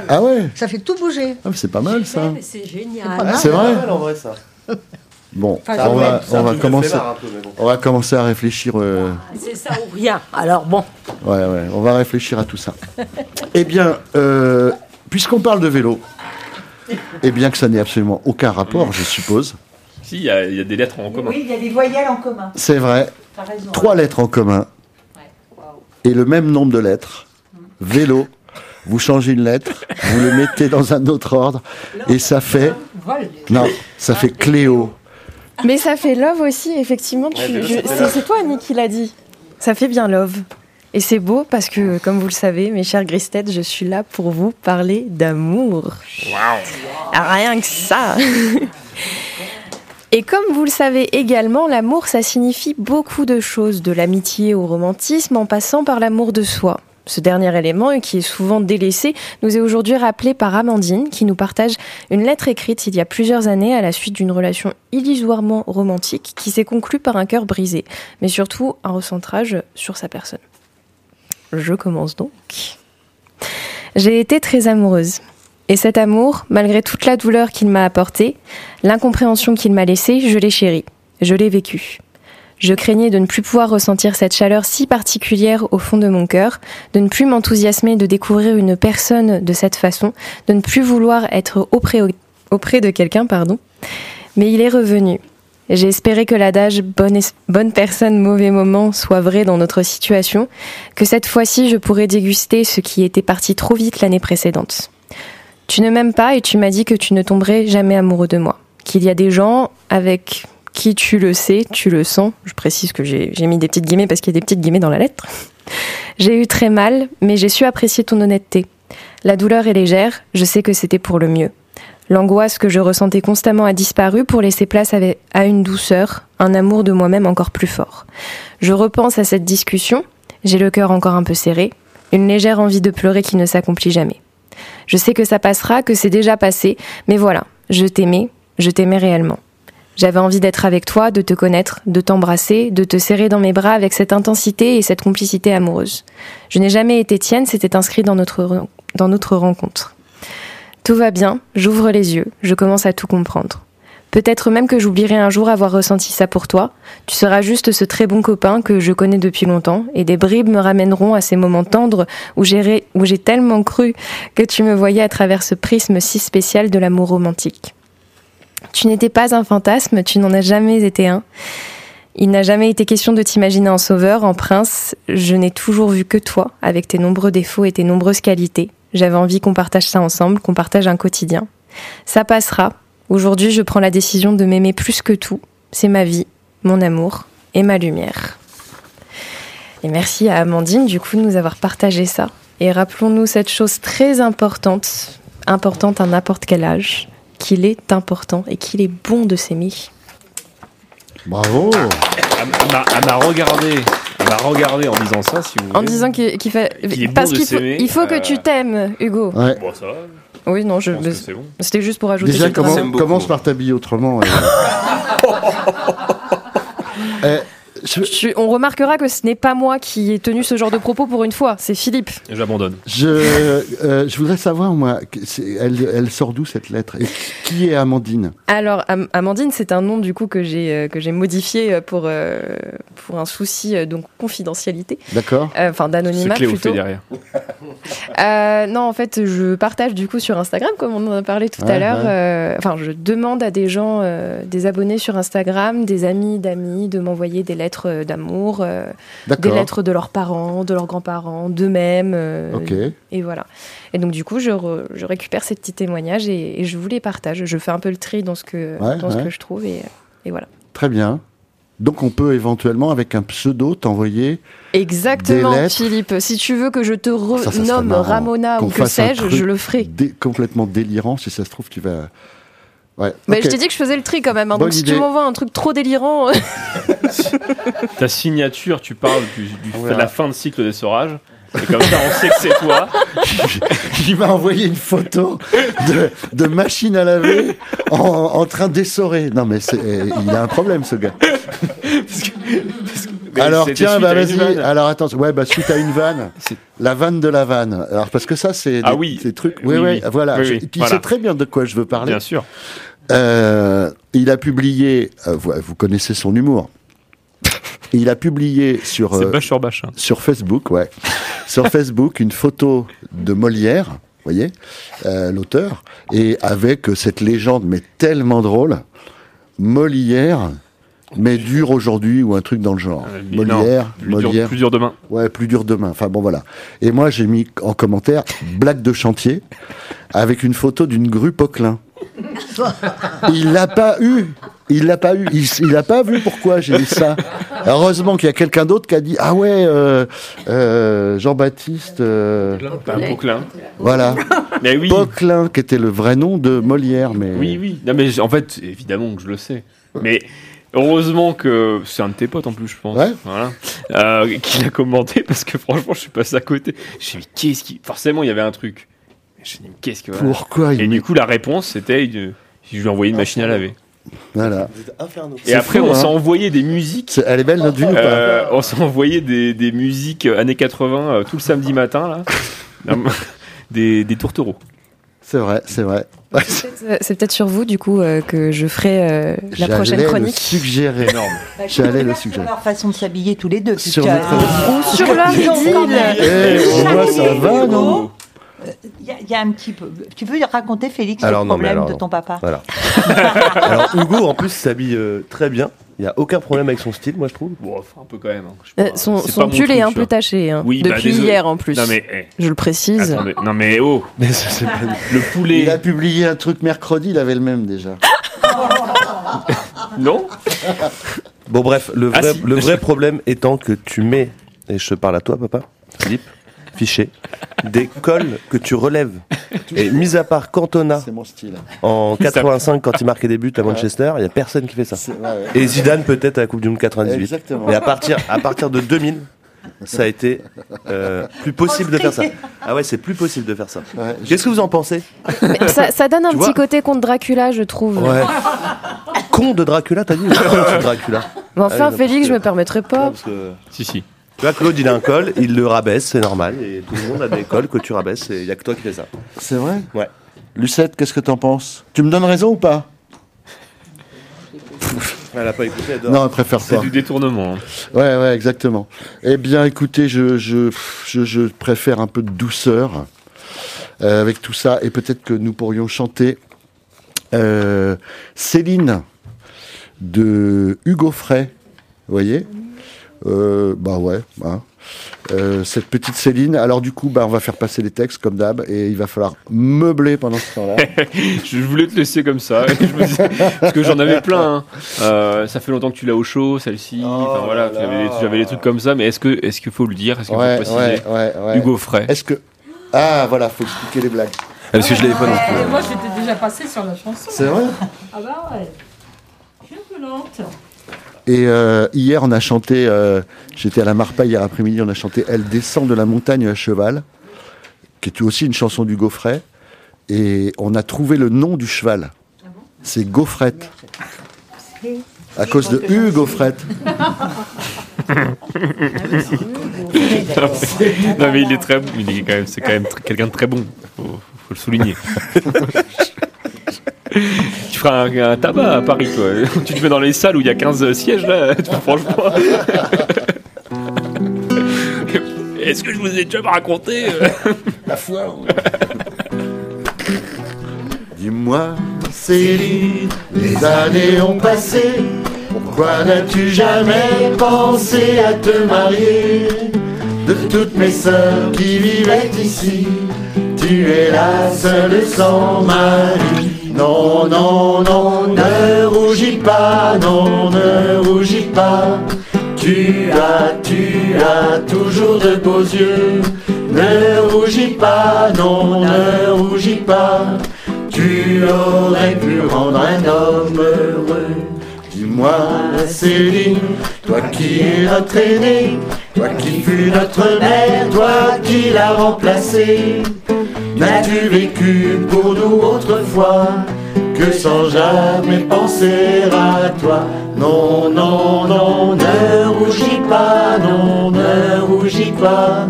[SPEAKER 3] Ah ouais
[SPEAKER 9] Ça fait tout bouger.
[SPEAKER 3] Ah, mais C'est pas mal, ça.
[SPEAKER 13] C'est génial.
[SPEAKER 9] pas mal.
[SPEAKER 3] C'est vrai
[SPEAKER 4] en vrai, ça.
[SPEAKER 3] Bon,
[SPEAKER 13] Enfin,
[SPEAKER 3] on
[SPEAKER 13] je
[SPEAKER 3] va,
[SPEAKER 13] vais-
[SPEAKER 4] c'est un
[SPEAKER 3] on, va
[SPEAKER 4] truc de
[SPEAKER 3] commencer,
[SPEAKER 4] flemmard, un peu, mais bon.
[SPEAKER 3] on va commencer à réfléchir. euh,
[SPEAKER 13] C'est ça ou rien. Alors bon.
[SPEAKER 3] Ouais, ouais, on va réfléchir à tout ça. eh bien, euh, puisqu'on parle de vélo, et bien que ça n'ait absolument aucun rapport, je suppose,
[SPEAKER 2] Si, il y, a il y a des lettres en commun.
[SPEAKER 8] Oui, il y a des voyelles en commun.
[SPEAKER 3] c'est vrai,
[SPEAKER 8] T'as raison.
[SPEAKER 3] trois lettres en commun et le même nombre de lettres, vélo, vous changez une lettre, vous le mettez dans un autre ordre, et ça fait. Non, ça fait Cléo.
[SPEAKER 14] Mais ça fait love aussi, effectivement. tu-
[SPEAKER 3] Ouais, mais là,
[SPEAKER 14] je-
[SPEAKER 3] ça fait
[SPEAKER 14] c'est
[SPEAKER 3] love.
[SPEAKER 14] c'est toi, Annie, qui l'a dit. Ça fait bien love. Et c'est beau parce que, comme vous le savez, mes chers gristettes, je suis là pour vous parler d'amour. Ah, Rien que ça. Et comme vous le savez également, l'amour, ça signifie beaucoup de choses, de l'amitié au romantisme, en passant par l'amour de soi. Ce dernier élément, et qui est souvent délaissé, nous est aujourd'hui rappelé par Amandine, qui nous partage une lettre écrite il y a plusieurs années à la suite d'une relation illusoirement romantique qui s'est conclue par un cœur brisé, mais surtout un recentrage sur sa personne. Je commence donc. J'ai été très amoureuse. Et cet amour, malgré toute la douleur qu'il m'a apportée, l'incompréhension qu'il m'a laissée, je l'ai chéri. Je l'ai vécu. Je craignais de ne plus pouvoir ressentir cette chaleur si particulière au fond de mon cœur, de ne plus m'enthousiasmer de découvrir une personne de cette façon, de ne plus vouloir être auprès, auprès de quelqu'un, pardon. Mais il est revenu. J'ai espéré que l'adage bonne, es- bonne personne, mauvais moment soit vrai dans notre situation, que cette fois-ci je pourrais déguster ce qui était parti trop vite l'année précédente. Tu ne m'aimes pas et tu m'as dit que tu ne tomberais jamais amoureux de moi. Qu'il y a des gens avec qui tu le sais, tu le sens. Je précise que j'ai j'ai mis des petites guillemets parce qu'il y a des petites guillemets dans la lettre. J'ai eu très mal, mais j'ai su apprécier ton honnêteté. La douleur est légère, je sais que c'était pour le mieux. L'angoisse que je ressentais constamment a disparu pour laisser place avec- à une douceur, un amour de moi-même encore plus fort. Je repense à cette discussion, j'ai le cœur encore un peu serré, une légère envie de pleurer qui ne s'accomplit jamais. Je sais que ça passera, que c'est déjà passé, mais voilà, je t'aimais, je t'aimais réellement. J'avais envie d'être avec toi, de te connaître, de t'embrasser, de te serrer dans mes bras avec cette intensité et cette complicité amoureuse. Je n'ai jamais été tienne, c'était inscrit dans notre, re- dans notre rencontre. Tout va bien, j'ouvre les yeux, je commence à tout comprendre. Peut-être même que j'oublierai un jour avoir ressenti ça pour toi. Tu seras juste ce très bon copain que je connais depuis longtemps, et des bribes me ramèneront à ces moments tendres où j'ai ré- où j'ai tellement cru que tu me voyais à travers ce prisme si spécial de l'amour romantique. Tu n'étais pas un fantasme, tu n'en as jamais été un. Il n'a jamais été question de t'imaginer en sauveur, en prince. Je n'ai toujours vu que toi, avec tes nombreux défauts et tes nombreuses qualités. J'avais envie qu'on partage ça ensemble, qu'on partage un quotidien. Ça passera. Aujourd'hui, je prends la décision de m'aimer plus que tout. C'est ma vie, mon amour et ma lumière. Et merci à Amandine, du coup, de nous avoir partagé ça. Et rappelons-nous cette chose très importante, importante à n'importe quel âge, qu'il est important et qu'il est bon de s'aimer.
[SPEAKER 3] Bravo
[SPEAKER 2] Bah, Elle m'a- elle m'a regardé. Elle m'a regardé en disant ça, si vous voulez.
[SPEAKER 14] En disant qu'il qu'il fa-
[SPEAKER 2] Qu'il est bon
[SPEAKER 14] parce
[SPEAKER 2] de
[SPEAKER 14] qu'il faut,
[SPEAKER 2] s'aimer,
[SPEAKER 14] il faut que
[SPEAKER 2] euh,
[SPEAKER 14] tu t'aimes, Hugo.
[SPEAKER 2] Bon, ça va.
[SPEAKER 14] Oui, non, je.
[SPEAKER 2] Je pense
[SPEAKER 3] Euh,
[SPEAKER 2] que
[SPEAKER 14] mais-
[SPEAKER 2] c'est bon.
[SPEAKER 14] C'était juste pour ajouter.
[SPEAKER 3] Déjà,
[SPEAKER 14] cette phrase.
[SPEAKER 3] commence, commence par t'habiller autrement. euh, et- Eh, je,
[SPEAKER 14] Je- on remarquera que ce n'est pas moi qui ai tenu ce genre de propos pour une fois, c'est Philippe.
[SPEAKER 2] J'abandonne.
[SPEAKER 3] je, euh, je voudrais savoir, moi, que c'est- elle, elle sort d'où cette lettre Et qui est Amandine
[SPEAKER 14] Alors, Am- Amandine, c'est un nom du coup que j'ai euh, que j'ai modifié euh, pour euh, pour un souci euh, donc confidentialité.
[SPEAKER 3] D'accord
[SPEAKER 14] Euh, Enfin, d'anonymat
[SPEAKER 2] C'est Cléo
[SPEAKER 14] plutôt.
[SPEAKER 2] fait derrière.
[SPEAKER 14] Euh, non, en fait, je partage du coup sur Instagram, comme on en a parlé tout à
[SPEAKER 2] Ouais,
[SPEAKER 14] l'heure. euh,
[SPEAKER 2] ouais.
[SPEAKER 14] Enfin, je demande à des gens, euh, des abonnés sur Instagram, des amis d'amis, de m'envoyer des lettres euh, d'amour, euh, des
[SPEAKER 3] D'accord.
[SPEAKER 14] lettres de leurs parents, de leurs grands-parents, d'eux-mêmes. euh,
[SPEAKER 3] Ok.
[SPEAKER 14] Et voilà. Et donc, du coup, je, re- je récupère ces petits témoignages et, et je vous les partage. Je fais un peu le tri dans ce que,
[SPEAKER 3] Ouais,
[SPEAKER 14] dans ce
[SPEAKER 3] ouais.
[SPEAKER 14] que je trouve et, et voilà.
[SPEAKER 3] Très bien. Donc, on peut éventuellement, avec un pseudo, t'envoyer.
[SPEAKER 14] Exactement,
[SPEAKER 3] Des lettres.
[SPEAKER 14] Philippe. Si tu veux que je te
[SPEAKER 3] Ça, ça serait
[SPEAKER 14] renomme
[SPEAKER 3] marrant.
[SPEAKER 14] Oh, Ramona ou
[SPEAKER 3] Qu'on
[SPEAKER 14] que
[SPEAKER 3] fasse un
[SPEAKER 14] sais-je,
[SPEAKER 3] truc
[SPEAKER 14] je le ferai.
[SPEAKER 3] dé- complètement délirant, si ça se trouve, tu vas. Ouais.
[SPEAKER 14] Bah,
[SPEAKER 3] ok.
[SPEAKER 14] Je t'ai dit que je faisais le tri quand même. hein.
[SPEAKER 3] Bonne
[SPEAKER 14] donc si tu
[SPEAKER 3] idée.
[SPEAKER 14] m'envoies un truc trop délirant, euh,
[SPEAKER 2] Ta signature, tu parles du, du-
[SPEAKER 3] verra.
[SPEAKER 2] de la fin de cycle des orages. Et comme ça, on sait que c'est toi.
[SPEAKER 3] Il m'a envoyé une photo de, de machine à laver en, en train d'essorer. Non, mais c'est- eh, il a un problème, ce gars.
[SPEAKER 2] Mais
[SPEAKER 3] Alors,
[SPEAKER 2] c'était
[SPEAKER 3] tiens,
[SPEAKER 2] suite
[SPEAKER 3] bah,
[SPEAKER 2] à une
[SPEAKER 3] vas-y.
[SPEAKER 2] vanne.
[SPEAKER 3] Alors, attends. Ouais, bah, suite à une vanne. La vanne de la vanne. Alors, parce que ça, c'est des,
[SPEAKER 2] Ah oui.
[SPEAKER 3] des trucs.
[SPEAKER 2] Oui,
[SPEAKER 3] Oui, oui,
[SPEAKER 2] oui.
[SPEAKER 3] voilà.
[SPEAKER 2] Oui,
[SPEAKER 3] Je-
[SPEAKER 2] oui,
[SPEAKER 3] tu
[SPEAKER 2] voilà.
[SPEAKER 3] sais très bien de quoi je veux parler.
[SPEAKER 2] Bien sûr.
[SPEAKER 3] Euh, il a publié. euh, vous, vous connaissez son humour. Il a publié sur.
[SPEAKER 2] C'est
[SPEAKER 3] euh,
[SPEAKER 2] bâche sur bâche. hein.
[SPEAKER 3] sur Facebook, ouais. sur Facebook, une photo de Molière, vous voyez, euh, l'auteur, et avec euh, cette légende, mais tellement drôle, Molière, mais dur aujourd'hui, ou un truc dans le genre. Molière,
[SPEAKER 2] Euh, Non, plus dur-
[SPEAKER 3] Molière.
[SPEAKER 2] plus dur demain.
[SPEAKER 3] Ouais, plus dur demain. Enfin bon, voilà. Et moi, j'ai mis en commentaire blague de chantier avec une photo d'une grue Poquelin. Il l'a pas eu. Il l'a pas eu. Il, s- il a pas vu pourquoi j'ai mis ça. Heureusement qu'il y a quelqu'un d'autre qui a dit ah ouais euh, euh, Jean-Baptiste. euh,
[SPEAKER 2] Un Poquelin.
[SPEAKER 3] Voilà.
[SPEAKER 2] Mais oui.
[SPEAKER 3] Poquelin qui était le vrai nom de Molière, mais.
[SPEAKER 2] Oui, oui. Non, mais j- en fait, évidemment que je le sais. Mais heureusement que c'est un de tes potes en plus, je pense. Voilà. Euh, qui l'a commenté parce que franchement, je suis passé à côté. J'ai dit, mais qu'est-ce qui. Forcément, il y avait un truc. J'ai dit, mais qu'est-ce que.
[SPEAKER 3] Pourquoi
[SPEAKER 2] Et du coup, la réponse, c'était. euh, Je lui ai envoyé une machine à laver.
[SPEAKER 3] Voilà.
[SPEAKER 2] Et
[SPEAKER 3] C'est
[SPEAKER 2] après,
[SPEAKER 3] fou,
[SPEAKER 2] on
[SPEAKER 3] hein.
[SPEAKER 2] s'est envoyé des musiques.
[SPEAKER 3] C'est- Elle est belle hein. notre vie ou pas
[SPEAKER 2] Euh, on s'est envoyé des, des musiques euh, années 80 euh, tout le samedi matin, là. Non, des, des tourtereaux.
[SPEAKER 3] C'est vrai, c'est vrai.
[SPEAKER 14] euh, c'est peut-être sur vous du coup euh, que je ferai euh, la
[SPEAKER 3] J'allais
[SPEAKER 14] prochaine
[SPEAKER 3] le
[SPEAKER 14] chronique.
[SPEAKER 3] suggérer.
[SPEAKER 2] Énorme.
[SPEAKER 3] J'allais le suggérer.
[SPEAKER 8] Leur façon de s'habiller tous les deux.
[SPEAKER 3] Sur
[SPEAKER 8] putain.
[SPEAKER 3] notre-
[SPEAKER 8] Ou
[SPEAKER 14] sur leur
[SPEAKER 8] Ils ont
[SPEAKER 14] idylle.
[SPEAKER 8] quand même-
[SPEAKER 3] Eh, au moins, ça va, non
[SPEAKER 8] Il y, a- il y a un petit peu. Tu veux raconter, Félix,
[SPEAKER 4] Alors,
[SPEAKER 8] le
[SPEAKER 4] non, mais
[SPEAKER 8] problème
[SPEAKER 4] alors,
[SPEAKER 8] de
[SPEAKER 4] non.
[SPEAKER 8] ton papa
[SPEAKER 4] Voilà. Alors Hugo en plus s'habille euh, très bien. Il n'y a aucun problème avec son style, moi je trouve.
[SPEAKER 2] Bon, enfin, un peu quand même. hein. Je sais
[SPEAKER 14] Euh,
[SPEAKER 2] pas,
[SPEAKER 14] son
[SPEAKER 2] c'est
[SPEAKER 14] son
[SPEAKER 2] pas mon
[SPEAKER 14] pull
[SPEAKER 2] truc,
[SPEAKER 14] est un
[SPEAKER 2] tu
[SPEAKER 14] peu
[SPEAKER 2] vois.
[SPEAKER 14] taché hein,
[SPEAKER 2] Oui, bah,
[SPEAKER 14] depuis
[SPEAKER 2] désolé.
[SPEAKER 14] hier en plus.
[SPEAKER 2] Non, mais, eh.
[SPEAKER 14] Je le précise.
[SPEAKER 2] Attendez, non mais oh Le poulet.
[SPEAKER 3] Il a publié un truc mercredi, il avait le même déjà.
[SPEAKER 2] Non
[SPEAKER 4] Bon bref, le
[SPEAKER 2] Ah,
[SPEAKER 4] vrai,
[SPEAKER 2] si.
[SPEAKER 4] le vrai problème étant que tu mets, et je parle à toi papa, Philippe, fiché, des cols que tu relèves. Et mis à part Cantona
[SPEAKER 3] C'est mon style.
[SPEAKER 4] en 85 quand il marquait des buts à Manchester, il n'y a personne qui fait ça. Et Zidane peut-être à la Coupe du Monde 98.
[SPEAKER 3] Exactement.
[SPEAKER 4] Mais à partir, à partir de 2000, ça a été euh, plus possible de faire ça. Ah ouais, c'est plus possible de faire ça. Qu'est-ce que vous en pensez
[SPEAKER 14] Mais ça, ça donne un
[SPEAKER 4] Tu
[SPEAKER 14] petit
[SPEAKER 4] vois
[SPEAKER 14] côté contre Dracula, je trouve.
[SPEAKER 4] Ouais. Con de Dracula, t'as dit Con de Dracula.
[SPEAKER 14] Mais
[SPEAKER 4] Ah oui,
[SPEAKER 14] enfin,
[SPEAKER 4] non,
[SPEAKER 14] Félix, je me permettrai pas.
[SPEAKER 4] parce que-
[SPEAKER 2] Si, si.
[SPEAKER 4] Tu vois, Claude, il a un col, il le rabaisse, c'est normal. Et tout le monde a des cols que tu rabaisses, et il n'y a que toi qui fais ça.
[SPEAKER 3] C'est vrai
[SPEAKER 4] Ouais.
[SPEAKER 3] Lucette, qu'est-ce que t'en penses Tu me donnes raison ou pas
[SPEAKER 4] Elle a pas écouté, elle dort.
[SPEAKER 5] Non, elle préfère
[SPEAKER 2] C'est
[SPEAKER 5] pas.
[SPEAKER 2] du détournement. hein.
[SPEAKER 5] Ouais, ouais, exactement. Eh bien, écoutez, je, je, je, je préfère un peu de douceur euh, avec tout ça. Et peut-être que nous pourrions chanter euh, Céline de Hugo Frey. Vous voyez Euh, Bah ouais. hein. Euh, cette petite Céline. Alors du coup, bah, on va faire passer les textes comme d'hab et il va falloir meubler pendant ce temps-là.
[SPEAKER 2] je voulais te laisser comme ça. Je me disais- parce que j'en avais plein. hein. Euh, ça fait longtemps que tu l'as au chaud,
[SPEAKER 5] Oh
[SPEAKER 2] celle-ci. Enfin, voilà, j'avais des- j'avais des trucs comme ça. Mais est-ce que est-ce qu'il faut le dire Est-ce qu'il
[SPEAKER 5] Ouais,
[SPEAKER 2] faut préciser
[SPEAKER 5] ouais, ouais, ouais.
[SPEAKER 2] Hugo Frey.
[SPEAKER 5] Est-ce que ah voilà, faut expliquer les blagues.
[SPEAKER 2] Ah, parce que je l'avais
[SPEAKER 12] Et Eh, moi, j'étais déjà passée sur la chanson.
[SPEAKER 5] C'est vrai
[SPEAKER 12] Ah bah ouais. Je suis un peu lente.
[SPEAKER 5] Et euh, hier, on a chanté, euh, j'étais à la Marpa hier après-midi, on a chanté Elle descend de la montagne à cheval, qui est aussi une chanson du Gaufret. Et on a trouvé le nom du cheval. C'est Gaufrette, à cause de U Gaufrette.
[SPEAKER 2] non, mais, non, mais il est très bon. Il est quand même, c'est quand même tr- quelqu'un de très bon. Faut, faut le souligner. tu feras un, un tabac à Paris, toi. tu te mets dans les salles où il y a 15 sièges, là. Franchement. Est-ce que je vous ai déjà raconté euh?
[SPEAKER 5] La hein. foire Dis-moi, Céline, les années ont passé. Pourquoi n'as-tu jamais pensé à te marier De toutes mes sœurs qui vivaient ici, tu es la seule sans mari. Non, non, non, ne rougis pas, non, ne rougis pas. Tu as, tu as toujours de beaux yeux. Ne rougis pas, non, ne rougis pas. Tu aurais pu rendre un homme heureux. Dis-moi, Céline, toi qui es notre aînée, toi qui fus notre mère, toi qui l'as remplacée, n'as-tu vécu pour nous autrefois que sans jamais penser à toi Non, non, non, ne rougis pas, non, ne rougis pas.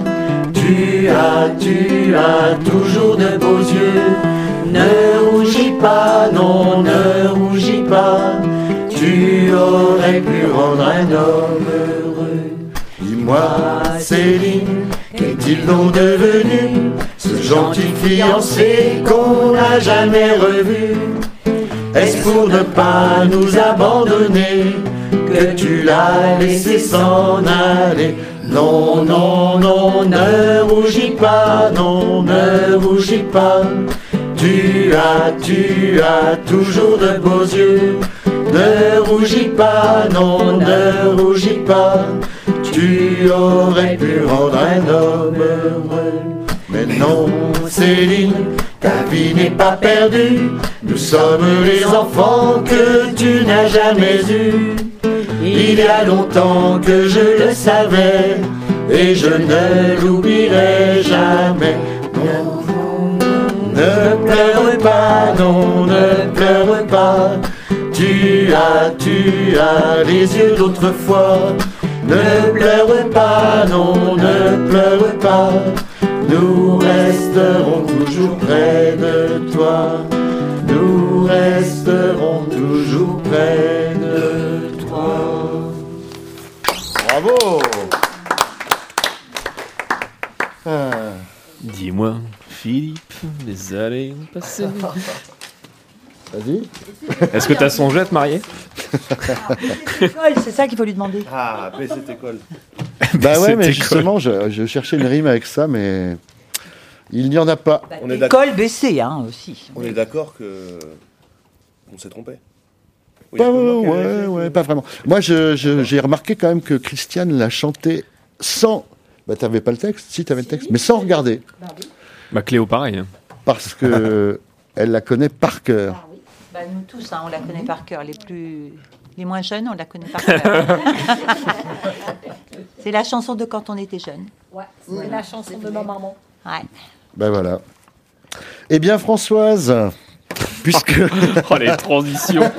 [SPEAKER 5] Tu as, tu as toujours de beaux yeux. Ne rougis pas, non, ne rougis pas. Tu aurais pu rendre un homme heureux. Dis-moi, Céline, qu'est-il donc devenu ce gentil fiancé qu'on n'a jamais revu Est-ce pour ne pas nous abandonner que tu l'as laissé s'en aller Non, non, non, ne rougis pas, non, ne rougis pas. Tu as, tu as toujours de beaux yeux. Ne rougis pas, non, ne rougis pas. Tu aurais pu rendre un homme heureux. Mais non, Céline, ta vie n'est pas perdue. Nous sommes les enfants que tu n'as jamais eus. Il y a longtemps que je le savais et je ne l'oublierai jamais. Non, ne pleure pas, non, ne pleure pas. Tu as, tu as les yeux d'autrefois. Ne pleure pas, non, ne pleure pas. Nous resterons toujours près de toi. Nous resterons toujours près de toi. Bravo
[SPEAKER 2] Ah. Dis-moi, Philippe, les allées ont passé.
[SPEAKER 5] Vas-y.
[SPEAKER 2] Est-ce que t'as songé à te marier
[SPEAKER 8] École, C'est ça qu'il faut lui demander.
[SPEAKER 4] Ah, mais cette école.
[SPEAKER 5] Bah ouais,
[SPEAKER 4] Cette
[SPEAKER 5] mais
[SPEAKER 4] école.
[SPEAKER 5] justement, je, je cherchais une rime avec ça, mais il n'y en a pas.
[SPEAKER 4] On est d'accord.
[SPEAKER 8] École baissée, hein, aussi.
[SPEAKER 4] On est d'accord que. On s'est trompé. Oui,
[SPEAKER 5] Pas,
[SPEAKER 4] j'ai
[SPEAKER 5] ouais,
[SPEAKER 4] remarqué,
[SPEAKER 5] ouais, ouais, pas vraiment. Moi, je- je- j'ai remarqué quand même que Christiane l'a chanté sans. Bah, t'avais pas le texte Si, t'avais le texte, mais sans regarder.
[SPEAKER 2] Bah, Cléo, pareil.
[SPEAKER 5] Parce que elle la connaît par cœur.
[SPEAKER 8] Bah, nous tous, hein, on la connaît par cœur. Les plus, les moins jeunes, on la connaît par cœur. c'est la chanson de quand on était jeune.
[SPEAKER 12] Ouais, c'est la chanson de ma maman.
[SPEAKER 8] Ouais.
[SPEAKER 5] Ben voilà. Eh bien, Françoise, puisque.
[SPEAKER 2] Oh, les transitions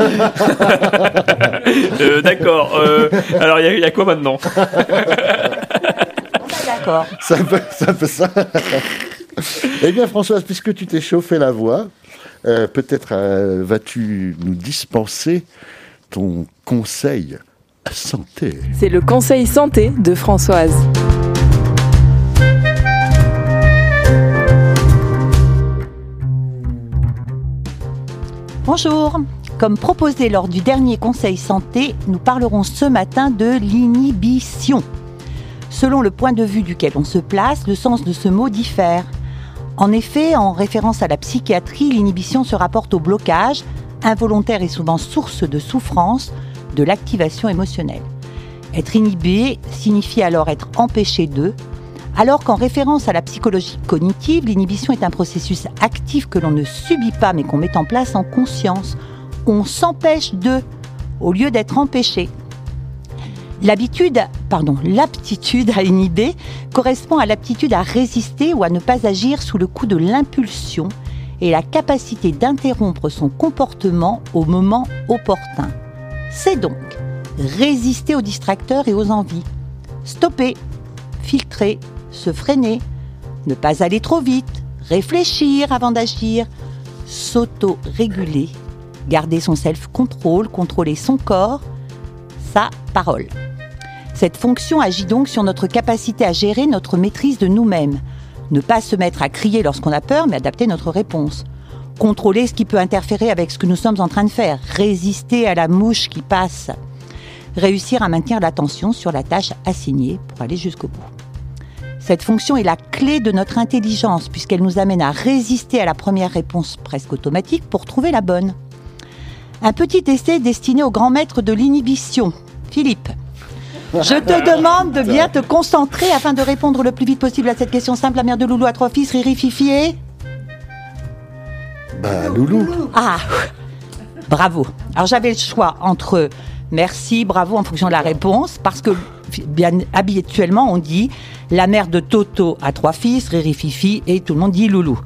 [SPEAKER 2] Euh, D'accord. euh, alors, il y a- il y, a quoi maintenant
[SPEAKER 8] D'accord.
[SPEAKER 5] C'est un peu, c'est un peu ça. eh bien, Françoise, puisque tu t'es chauffé la voix, euh, peut-être euh, vas-tu nous dispenser
[SPEAKER 3] ton conseil santé.
[SPEAKER 14] C'est le conseil santé de Françoise.
[SPEAKER 8] Bonjour. Comme proposé lors du dernier Conseil santé, nous parlerons ce matin de l'inhibition. Selon le point de vue duquel on se place, le sens de ce mot diffère. En effet, en référence à la psychiatrie, l'inhibition se rapporte au blocage, involontaire et souvent source de souffrance, de l'activation émotionnelle. Être inhibé signifie alors être empêché de, alors qu'en référence à la psychologie cognitive, l'inhibition est un processus actif que l'on ne subit pas mais qu'on met en place en conscience. On s'empêche de, au lieu d'être empêché. L'habitude, pardon, l'aptitude à inhiber correspond à l'aptitude à résister ou à ne pas agir sous le coup de l'impulsion et la capacité d'interrompre son comportement au moment opportun. C'est donc résister aux distracteurs et aux envies, stopper, filtrer, se freiner, ne pas aller trop vite, réfléchir avant d'agir, s'auto-réguler, garder son self-control, contrôler son corps, sa parole. Cette fonction agit donc sur notre capacité à gérer notre maîtrise de nous-mêmes. Ne pas se mettre à crier lorsqu'on a peur, mais adapter notre réponse. Contrôler ce qui peut interférer avec ce que nous sommes en train de faire. Résister à la mouche qui passe réussir à maintenir l'attention sur la tâche assignée pour aller jusqu'au bout. Cette fonction est la clé de notre intelligence puisqu'elle nous amène à résister à la première réponse presque automatique pour trouver la bonne. Un petit essai destiné au grand maître de l'inhibition, Philippe. Je te demande de bien te concentrer afin de répondre le plus vite possible à cette question simple. La mère de Loulou a trois fils, Riri, Fifi et...
[SPEAKER 3] Bah, Loulou.
[SPEAKER 8] Ah, bravo. Alors j'avais le choix entre merci, bravo en fonction de la réponse, parce que bien habituellement on dit la mère de Toto a trois fils, Riri Fifi, et tout le monde dit Loulou.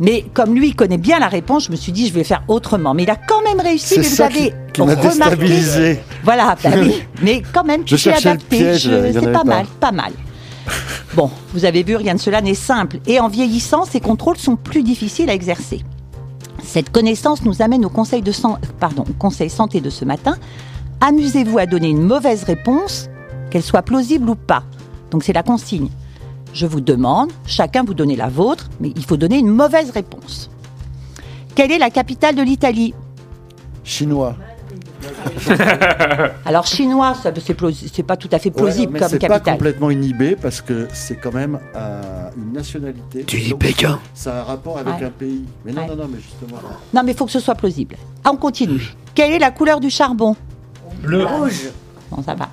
[SPEAKER 8] Mais comme lui connaît bien la réponse, je me suis dit je vais faire autrement. Mais il a quand même réussi.
[SPEAKER 3] C'est
[SPEAKER 8] mais vous
[SPEAKER 3] ça
[SPEAKER 8] avez
[SPEAKER 3] qui- qui m'a
[SPEAKER 8] remarqué-
[SPEAKER 3] déstabilisé.
[SPEAKER 8] Voilà, bah oui, mais quand même
[SPEAKER 3] Je
[SPEAKER 8] tu t'es
[SPEAKER 3] cherchais le
[SPEAKER 8] adapté.
[SPEAKER 3] piège,
[SPEAKER 8] Je-
[SPEAKER 3] il y en
[SPEAKER 8] c'est
[SPEAKER 3] avait
[SPEAKER 8] pas,
[SPEAKER 3] pas.
[SPEAKER 8] mal, pas mal. Bon, vous avez vu, rien de cela n'est simple. Et en vieillissant, ces contrôles sont plus difficiles à exercer. Cette connaissance nous amène au conseil, de san- pardon, au conseil santé de ce matin. Amusez-vous à donner une mauvaise réponse, qu'elle soit plausible ou pas. Donc c'est la consigne. Je vous demande, chacun vous donnez la vôtre, mais il faut donner une mauvaise réponse. Quelle est la capitale de l'Italie
[SPEAKER 3] Chinois.
[SPEAKER 8] Alors chinois, ça, c'est plausi- c'est pas tout à fait plausible
[SPEAKER 3] mais
[SPEAKER 8] comme
[SPEAKER 3] c'est pas
[SPEAKER 8] capitale.
[SPEAKER 3] complètement inhibé parce que c'est quand même euh, une nationalité. Tu dis
[SPEAKER 6] Pékin
[SPEAKER 3] Ça a un rapport avec
[SPEAKER 8] Ouais.
[SPEAKER 3] un pays. Mais non, non, non, mais justement.
[SPEAKER 8] Non, mais il faut que ce soit plausible. Ah, on continue. Quelle est la couleur du charbon
[SPEAKER 10] Bleu.
[SPEAKER 8] Rouge. Bon, ça va.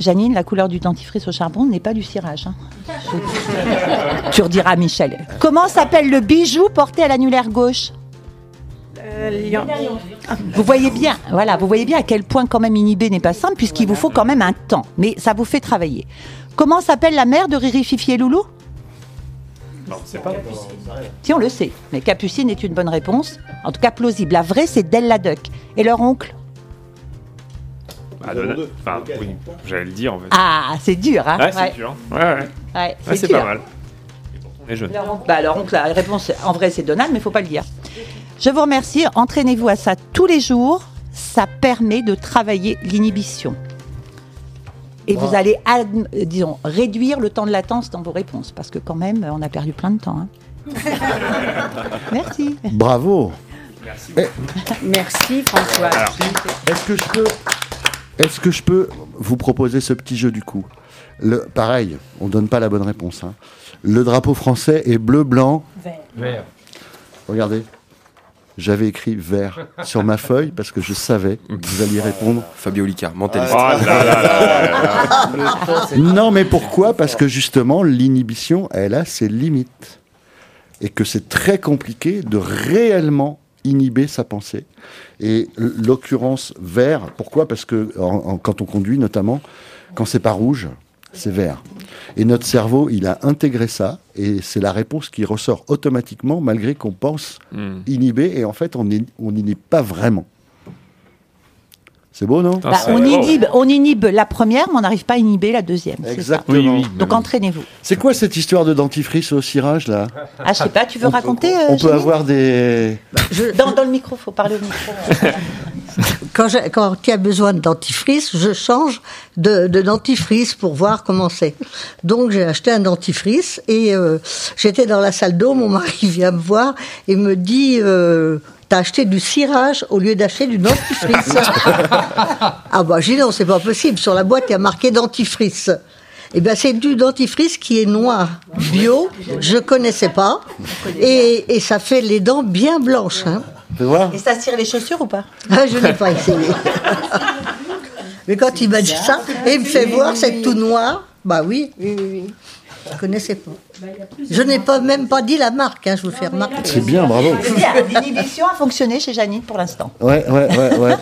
[SPEAKER 8] Janine, la couleur du dentifrice au charbon n'est pas du cirage. hein. Je- tu rediras à Michel. Comment s'appelle le bijou porté à l'annulaire gauche
[SPEAKER 13] Euh,
[SPEAKER 8] Vous voyez bien, voilà, vous voyez bien à quel point quand même inhibé n'est pas simple puisqu'il vous faut quand même un temps, mais ça vous fait travailler. Comment s'appelle la mère de Riri Fifi et Loulou
[SPEAKER 2] Non, c'est pas.
[SPEAKER 8] Si on le sait, mais Capucine est une bonne réponse, en tout cas plausible. La vraie, c'est Della Duck. Et leur oncle
[SPEAKER 2] Ah, Donald- enfin, oui, j'allais le dire en fait.
[SPEAKER 8] Ah, c'est dur, hein
[SPEAKER 2] Ouais, c'est
[SPEAKER 8] Ouais.
[SPEAKER 2] dur. Ouais, ouais.
[SPEAKER 8] Ouais,
[SPEAKER 2] Ouais,
[SPEAKER 8] c'est
[SPEAKER 2] c'est
[SPEAKER 8] dur.
[SPEAKER 2] pas mal. Et pourtant, on est jeune.
[SPEAKER 8] Leur oncle- bah, leur oncle, la réponse, en vrai, c'est Donald, mais il faut pas le dire. Je vous remercie. Entraînez-vous à ça tous les jours. Ça permet de travailler l'inhibition. Et vous
[SPEAKER 13] Bravo.
[SPEAKER 8] allez, adm- euh, disons, réduire le temps de latence dans vos réponses, parce que quand même, euh, on a perdu plein de temps. hein. Merci.
[SPEAKER 3] Bravo. Eh,
[SPEAKER 2] Merci.
[SPEAKER 13] Eh, Merci François.
[SPEAKER 3] Est-ce que je peux Est-ce que je peux vous proposer ce petit jeu du coup le, Pareil, on donne pas la bonne réponse. hein. Le drapeau français est bleu, blanc.
[SPEAKER 10] Vert.
[SPEAKER 3] Regardez, j'avais écrit vert sur ma feuille parce que je savais que vous alliez répondre.
[SPEAKER 4] Fabio Licard, mentaliste.
[SPEAKER 3] Ah, là, là,
[SPEAKER 6] là,
[SPEAKER 3] Non, mais pourquoi Parce que justement, l'inhibition, elle a ses limites. Et que c'est très compliqué de réellement inhiber sa pensée. Et l- l'occurrence vert, pourquoi Parce que en- en- quand on conduit, notamment, quand c'est pas rouge, c'est vert. Et notre cerveau, il a intégré ça, et c'est la réponse qui ressort automatiquement, malgré qu'on pense
[SPEAKER 2] Hmm.
[SPEAKER 3] inhiber, et en fait, on n'est on n'inhibe pas vraiment. Ah, C'est beau, non
[SPEAKER 8] Bah, on, inhibe, on inhibe la première, mais on n'arrive pas à inhiber la deuxième. c'est ça.
[SPEAKER 3] Exactement.
[SPEAKER 8] Donc entraînez-vous.
[SPEAKER 3] C'est quoi cette histoire de dentifrice au cirage là
[SPEAKER 8] Ah, je sais pas, tu veux
[SPEAKER 3] On-
[SPEAKER 8] raconter euh,
[SPEAKER 3] On peut
[SPEAKER 8] Janine
[SPEAKER 3] avoir des.
[SPEAKER 8] Dans, dans le micro, faut parler au micro.
[SPEAKER 9] quand, j'ai- quand il y a besoin de dentifrice, je change de, de dentifrice pour voir comment c'est. Donc j'ai acheté un dentifrice et euh, j'étais dans la salle d'eau, mon mari vient me voir et me dit... euh, T'as acheté du cirage au lieu d'acheter du dentifrice. ah bah j'ai dit non, c'est pas possible. Sur la boîte, il y a marqué dentifrice. Eh bien, c'est du dentifrice qui est noir, bio, je connaissais pas. Et, et ça fait les dents bien blanches. hein.
[SPEAKER 3] Tu vois
[SPEAKER 8] Et ça tire les chaussures ou pas
[SPEAKER 9] Ah, je n'ai pas essayé. Mais quand il m'a dit ça, et il me fait voir, c'est tout noir. Bah oui. Je ne connaissais pas. Je n'ai pas, même pas dit la marque, hein, je vous fais remarquer.
[SPEAKER 3] C'est bien, bravo.
[SPEAKER 8] Je veux dire, L'inhibition a fonctionné chez Janine pour l'instant.
[SPEAKER 3] Ouais, ouais, ouais, ouais.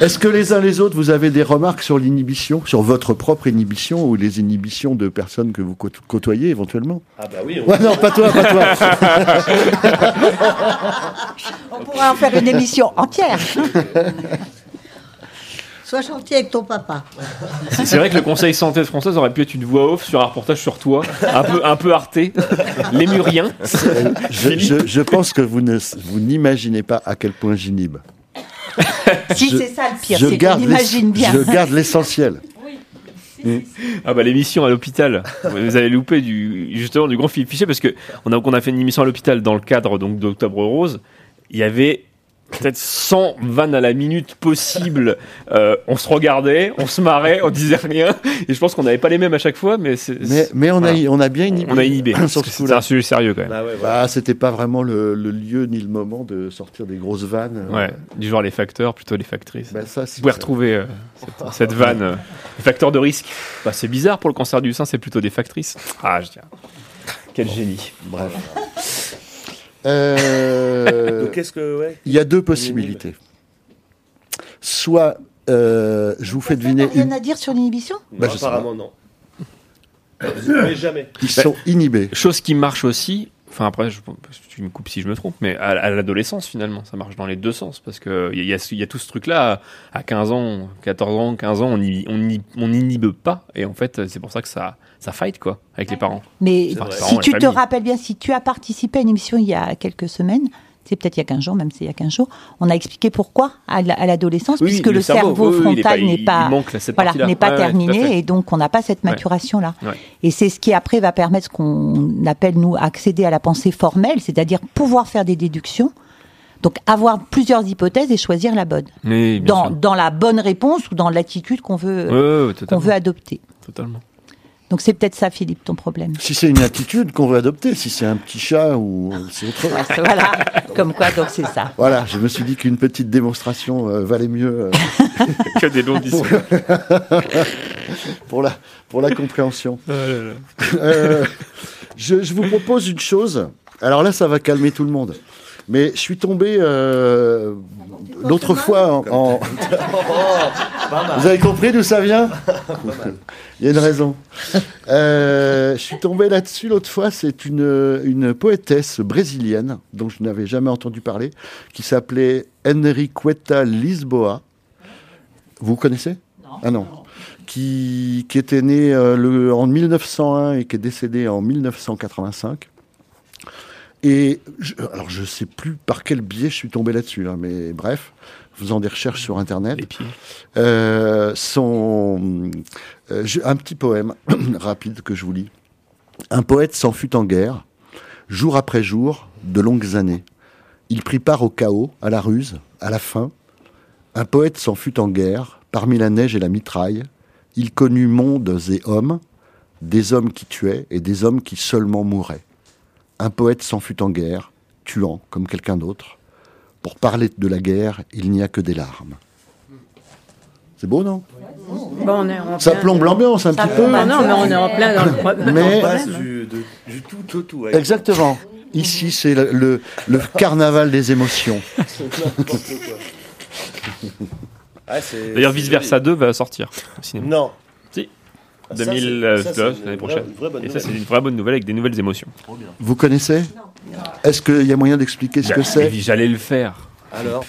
[SPEAKER 3] Est-ce que les uns les autres, vous avez des remarques sur l'inhibition, sur votre propre inhibition ou les inhibitions de personnes que vous côte- côtoyez éventuellement
[SPEAKER 2] Ah bah oui.
[SPEAKER 3] Ouais, non, pas toi, pas
[SPEAKER 8] On pourrait en faire une émission entière.
[SPEAKER 9] Sois gentil avec ton papa.
[SPEAKER 2] C'est c'est vrai que le Conseil Santé français aurait pu être une voix off sur un reportage sur toi, un peu, un peu Arte, les Muriens.
[SPEAKER 3] Euh, je, je- je pense que vous ne- vous n'imaginez pas à quel point j'inhibe.
[SPEAKER 8] Si,
[SPEAKER 3] Je-
[SPEAKER 8] c'est ça le pire,
[SPEAKER 3] je
[SPEAKER 8] c'est qu'on
[SPEAKER 3] garde
[SPEAKER 8] imagine
[SPEAKER 3] l'es-
[SPEAKER 8] bien.
[SPEAKER 3] Je garde l'essentiel. Mm.
[SPEAKER 2] Ah bah l'émission à l'hôpital. Vous avez loupé du justement du grand Philippe Fichet parce que on a on a fait une émission à l'hôpital dans le cadre donc d'Octobre Rose. Il y avait peut-être 100 vannes à la minute possibles. Euh, on se regardait, on se marrait, on disait rien. Et je pense qu'on n'avait pas les mêmes à chaque fois, mais c'est.
[SPEAKER 3] Mais, mais on, a, on a bien inhibé.
[SPEAKER 2] On a inhibé.
[SPEAKER 3] Sur ce
[SPEAKER 2] Parce que C'était
[SPEAKER 3] coup-là.
[SPEAKER 2] un sujet sérieux quand même.
[SPEAKER 3] Bah, c'était pas vraiment le, le lieu ni le moment de sortir des grosses vannes. euh,
[SPEAKER 2] Ouais, du genre les facteurs, plutôt les factrices.
[SPEAKER 3] Bah, ça, c'est-
[SPEAKER 2] Vous pouvez retrouver euh, cette, cette vanne. euh, les facteurs de risque. Bah, c'est bizarre pour le cancer du sein, c'est plutôt des factrices. Ah, je tiens. Quel génie.
[SPEAKER 3] Bref. Euh,
[SPEAKER 4] Donc, qu'est-ce que- ouais.
[SPEAKER 3] Il y a deux possibilités. Soit, euh, je vous fais deviner.
[SPEAKER 8] Rien
[SPEAKER 3] une-
[SPEAKER 8] à dire sur l'inhibition
[SPEAKER 3] Bah, je sais pas.
[SPEAKER 4] non. Ah, Vous ne jamais.
[SPEAKER 3] Ils sont inhibés.
[SPEAKER 2] Bah, Chose qui marche aussi. Enfin, après, je, tu me coupes si je me trompe, mais à, à l'adolescence, finalement, ça marche dans les deux sens. Parce qu'il y a, y, a, ce- y a tout ce truc-là, à, à 15 ans, 14 ans, 15 ans, on n'y on n'y- on n'inhibe pas. Et en fait, c'est pour ça que ça, ça fight, quoi, avec les parents.
[SPEAKER 8] Mais
[SPEAKER 2] Enfin, les parents,
[SPEAKER 8] si
[SPEAKER 2] la
[SPEAKER 8] tu te
[SPEAKER 2] famille.
[SPEAKER 8] rappelles bien, si tu as participé à une émission il y a quelques semaines, c'est peut-être il y a 15 jours, même c'est il y a 15 jours, on a expliqué pourquoi à la- à l'adolescence,
[SPEAKER 2] Oui,
[SPEAKER 8] puisque
[SPEAKER 2] le
[SPEAKER 8] le,
[SPEAKER 2] cerveau,
[SPEAKER 8] cerveau,
[SPEAKER 2] oui, oui, il est pas-
[SPEAKER 8] frontal
[SPEAKER 2] il-
[SPEAKER 8] n'est
[SPEAKER 2] il
[SPEAKER 8] pas,
[SPEAKER 2] manque cette
[SPEAKER 8] voilà,
[SPEAKER 2] partie-là.
[SPEAKER 8] n'est pas
[SPEAKER 2] Ouais, ouais, tout à fait.
[SPEAKER 8] terminé et donc on n'a pas cette
[SPEAKER 2] Ouais.
[SPEAKER 8] maturation-là.
[SPEAKER 2] Ouais.
[SPEAKER 8] Et c'est ce qui après va permettre ce qu'on appelle, nous, accéder à la pensée formelle, c'est-à-dire pouvoir faire des déductions, donc avoir plusieurs hypothèses et choisir la bonne.
[SPEAKER 2] Oui, bien
[SPEAKER 8] Dans,
[SPEAKER 2] sûr.
[SPEAKER 8] dans la bonne réponse ou dans l'attitude qu'on veut,
[SPEAKER 2] Ouais, ouais, ouais,
[SPEAKER 8] qu'on
[SPEAKER 2] totalement.
[SPEAKER 8] veut adopter.
[SPEAKER 2] Totalement.
[SPEAKER 8] Donc c'est peut-être ça, Philippe, ton problème.
[SPEAKER 3] Si c'est une attitude qu'on veut adopter, si c'est un petit chat ou c'est autre chose.
[SPEAKER 8] voilà, comme quoi, donc c'est ça.
[SPEAKER 3] Voilà, je me suis dit qu'une petite démonstration euh, valait mieux euh,
[SPEAKER 2] que des longs discours.
[SPEAKER 3] pour, la, pour la compréhension.
[SPEAKER 2] Ah là là.
[SPEAKER 3] Euh, je, je vous propose une chose. Alors là, ça va calmer tout le monde. Mais je suis tombé euh, l'autre fois en- en... Vous avez compris d'où ça vient Il y a une raison. Euh, je suis tombé là-dessus l'autre fois. C'est une, une poétesse brésilienne dont je n'avais jamais entendu parler, qui s'appelait Enriqueta Lisboa. Vous connaissez Ah non. Qui, qui était née euh, le, en 1901 et qui est décédée en 1985. Et je, alors je sais plus par quel biais je suis tombé là-dessus, hein, mais bref, faisant des recherches sur Internet, Euh, son euh, je- un petit poème rapide que je vous lis. Un poète s'en fut en guerre, jour après jour, de longues années. Il prit part au chaos, à la ruse, à la faim. Un poète s'en fut en guerre, parmi la neige et la mitraille. Il connut mondes et hommes, des hommes qui tuaient et des hommes qui seulement mouraient. Un poète s'en fut en guerre, tuant comme quelqu'un d'autre. Pour parler de la guerre, il n'y a que des larmes. C'est beau, non
[SPEAKER 13] Bon, on est en
[SPEAKER 3] Ça
[SPEAKER 13] plein-
[SPEAKER 3] plombe l'ambiance un
[SPEAKER 13] Ça
[SPEAKER 3] petit peu.
[SPEAKER 13] plombe, Ah, bah non, mais on est en plein dans hein. le problème.
[SPEAKER 3] Mais-
[SPEAKER 13] On passe
[SPEAKER 4] du, de- du tout au tout. ouais.
[SPEAKER 3] Exactement. Ici, c'est le, le- le carnaval des émotions.
[SPEAKER 4] N'importe quoi. Ah, c'est-
[SPEAKER 2] D'ailleurs,
[SPEAKER 4] c'est
[SPEAKER 2] Vice Versa 2 va sortir au cinéma.
[SPEAKER 4] Non.
[SPEAKER 2] Si.
[SPEAKER 4] Ah, ça,
[SPEAKER 2] 2000,
[SPEAKER 4] c'est- ça,
[SPEAKER 2] euh,
[SPEAKER 4] c'est
[SPEAKER 2] l'année
[SPEAKER 4] une
[SPEAKER 2] prochaine.
[SPEAKER 4] vraie- vraie bonne
[SPEAKER 2] Et ça, c'est
[SPEAKER 4] nouvelle.
[SPEAKER 2] une vraie bonne nouvelle avec des nouvelles émotions.
[SPEAKER 3] Vous connaissez Est-ce qu'il y a moyen d'expliquer ce que
[SPEAKER 2] Bah,
[SPEAKER 3] c'est
[SPEAKER 2] J'allais le faire.
[SPEAKER 4] Alors,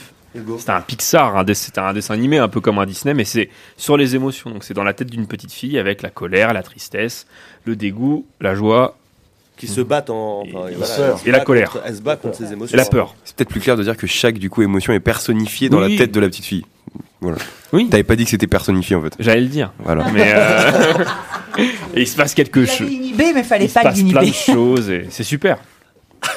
[SPEAKER 2] C'était un Pixar, un dess- c'était un dessin animé un peu comme un Disney, mais c'est sur les émotions. Donc c'est dans la tête d'une petite fille avec la colère, la tristesse, le dégoût, la joie,
[SPEAKER 4] qui se battent en. enfin,
[SPEAKER 15] Et
[SPEAKER 4] voilà,
[SPEAKER 15] la peur.
[SPEAKER 4] elles se
[SPEAKER 15] Et la
[SPEAKER 4] battent
[SPEAKER 15] colère.
[SPEAKER 4] contre- Elles se battent contre ses émotions.
[SPEAKER 15] C'est peut-être plus clair de dire que chaque du coup émotion est personnifiée dans
[SPEAKER 4] Oui.
[SPEAKER 15] la tête de la petite fille. Voilà.
[SPEAKER 2] Oui.
[SPEAKER 15] T'avais pas dit que c'était personnifié en fait.
[SPEAKER 2] J'allais le dire.
[SPEAKER 15] Voilà.
[SPEAKER 2] Mais euh, et il se passe quelque chose.
[SPEAKER 8] L'inhiber, mais fallait
[SPEAKER 2] Il se
[SPEAKER 8] pas
[SPEAKER 2] passe plein de
[SPEAKER 8] l'inhiber.
[SPEAKER 2] choses et c'est super.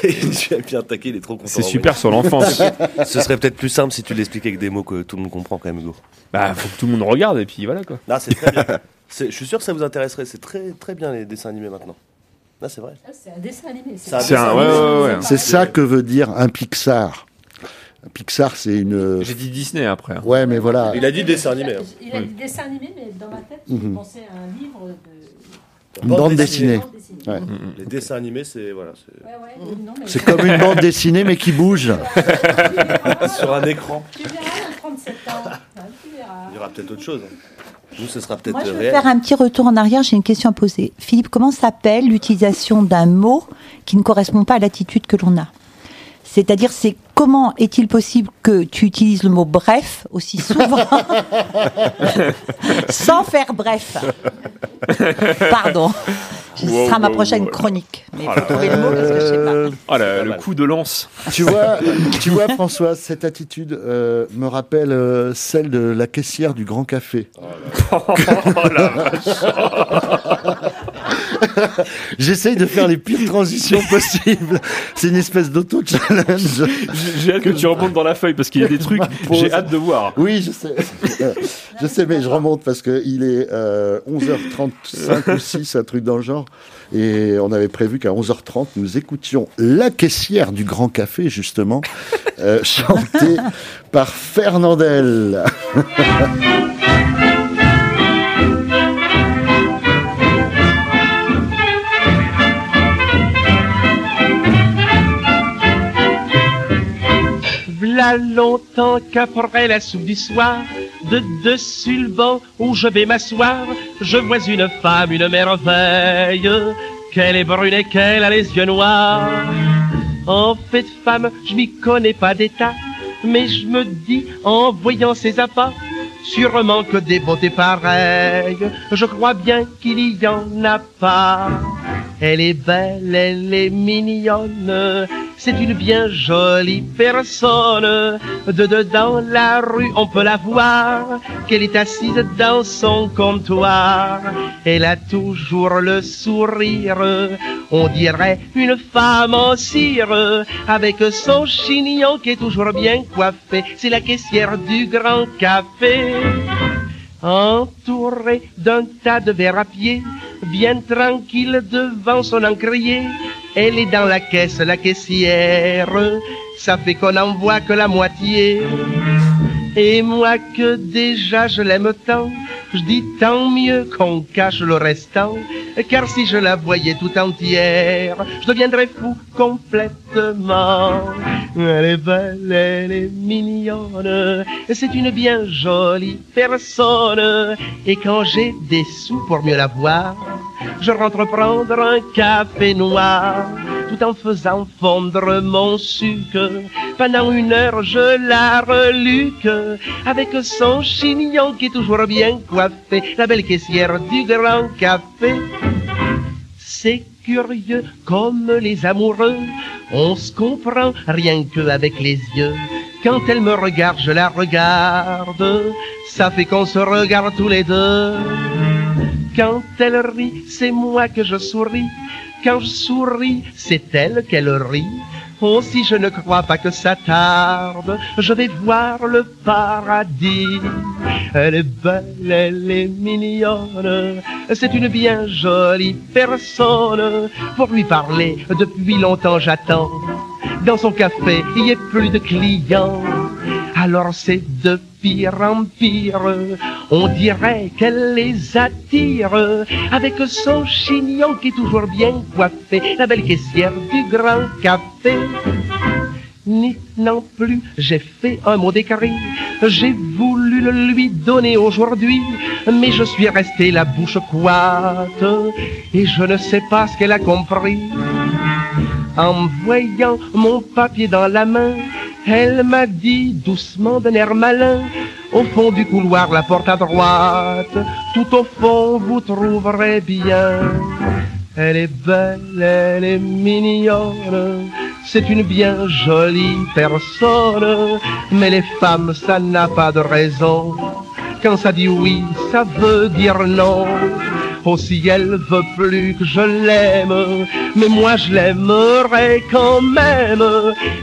[SPEAKER 4] J'ai bien attaqué, il est trop content.
[SPEAKER 2] C'est super sur l'enfance.
[SPEAKER 4] Ce serait peut-être plus simple si tu l'expliquais avec des mots que tout le monde comprend quand même, Hugo.
[SPEAKER 2] Bah, faut que tout le monde regarde et puis voilà quoi.
[SPEAKER 4] Là, c'est très bien. C'est- Je suis sûr que ça vous intéresserait. C'est très très bien les dessins animés maintenant. Là, c'est vrai.
[SPEAKER 16] C'est un dessin animé.
[SPEAKER 4] C'est un C'est un- dessin ouais, animé. ouais, ouais.
[SPEAKER 3] C'est ça que veut dire un Pixar. Un Pixar, c'est une.
[SPEAKER 2] J'ai dit Disney après.
[SPEAKER 3] Ouais, mais voilà.
[SPEAKER 4] Il a dit dessin animé. hein.
[SPEAKER 16] Il a dit dessin animé, mais dans ma tête, je
[SPEAKER 3] Mhm.
[SPEAKER 16] pensais à un livre de.
[SPEAKER 3] Une bande dessinée. Ouais.
[SPEAKER 4] Les dessins animés, c'est voilà. c'est-
[SPEAKER 3] C'est comme une bande dessinée, mais qui bouge.
[SPEAKER 4] Sur un écran.
[SPEAKER 16] Tu verras dans 37 ans. hein, tu verras.
[SPEAKER 4] Il y aura peut-être autre chose. hein. Nous, ce sera peut-être
[SPEAKER 8] Moi, je veux
[SPEAKER 4] réel.
[SPEAKER 8] faire un petit retour en arrière, j'ai une question à poser. Philippe, comment s'appelle l'utilisation d'un mot qui ne correspond pas à l'attitude que l'on a C'est-à-dire, c'est comment est-il possible que tu utilises le mot bref aussi souvent sans faire bref Pardon. Ce
[SPEAKER 2] Wow,
[SPEAKER 8] sera ma
[SPEAKER 2] wow,
[SPEAKER 8] prochaine
[SPEAKER 2] wow.
[SPEAKER 8] chronique. Mais
[SPEAKER 2] Oh
[SPEAKER 8] faut
[SPEAKER 2] là
[SPEAKER 8] trouver
[SPEAKER 2] là.
[SPEAKER 8] le mot parce que je sais pas.
[SPEAKER 15] Euh,
[SPEAKER 2] Ah là, le coup de lance.
[SPEAKER 3] Tu vois, tu vois, François, cette attitude euh, me rappelle euh, celle de la caissière du Grand Café. J'essaye de faire les pires transitions possibles. C'est une espèce d'auto-challenge.
[SPEAKER 2] J'ai hâte que tu remontes dans la feuille parce qu'il y a des trucs, j'ai hâte de voir.
[SPEAKER 3] Oui, je sais. je sais, mais je remonte parce qu'il est euh, 11h35 ou 6, un truc dans le genre. Et on avait prévu qu'à 11h30, nous écoutions la caissière du Grand Café, justement, euh, chantée par Fernandel.
[SPEAKER 17] V'là longtemps qu'après la soupe du soir, de dessus le banc où je vais m'asseoir, je vois une femme, une merveille, qu'elle est brune et qu'elle a les yeux noirs. En fait, femme, je m'y connais pas d'état, mais je me dis, en voyant ses appâts, sûrement que des beautés pareilles, je crois bien qu'il y en a pas. Elle est belle, elle est mignonne, c'est une bien jolie personne. De dedans la rue, on peut la voir, qu'elle est assise dans son comptoir. Elle a toujours le sourire, on dirait une femme en cire, avec son chignon qui est toujours bien coiffé. C'est la caissière du grand café. Entouré d'un tas de verres à pied, bien tranquille devant son encrier, elle est dans la caisse, la caissière, ça fait qu'on n'en voit que la moitié. Et moi que déjà je l'aime tant, je dis tant mieux qu'on cache le restant, car si je la voyais tout entière, je deviendrais fou complètement. Elle est belle, elle est mignonne, c'est une bien jolie personne, et quand j'ai des sous pour mieux la voir, je rentre prendre un café noir, tout en faisant fondre mon sucre. Pendant une heure, je la reluque, avec son chignon qui est toujours bien coiffé, la belle caissière du grand café. C'est curieux comme les amoureux, on se comprend rien que avec les yeux. Quand elle me regarde, je la regarde, ça fait qu'on se regarde tous les deux. Quand elle rit, c'est moi que je souris. Quand je souris, c'est elle qu'elle rit. Oh, si je ne crois pas que ça tarde, je vais voir le paradis. Elle est belle, elle est mignonne, c'est une bien jolie personne. Pour lui parler, depuis longtemps j'attends. Dans son café, il n'y a plus de clients. Alors c'est de pire en pire, on dirait qu'elle les attire avec son chignon qui est toujours bien coiffé, la belle caissière du grand café. Ni non plus, j'ai fait un mot d'écrit, j'ai voulu le lui donner aujourd'hui, mais je suis resté la bouche coite et je ne sais pas ce qu'elle a compris. En voyant mon papier dans la main, elle m'a dit doucement d'un air malin, au fond du couloir, la porte à droite, tout au fond, vous trouverez bien Elle est belle, elle est mignonne, c'est une bien jolie personne, mais les femmes, ça n'a pas de raison. Quand ça dit oui, ça veut dire non. Oh, si elle veut plus que je l'aime, mais moi je l'aimerai quand même,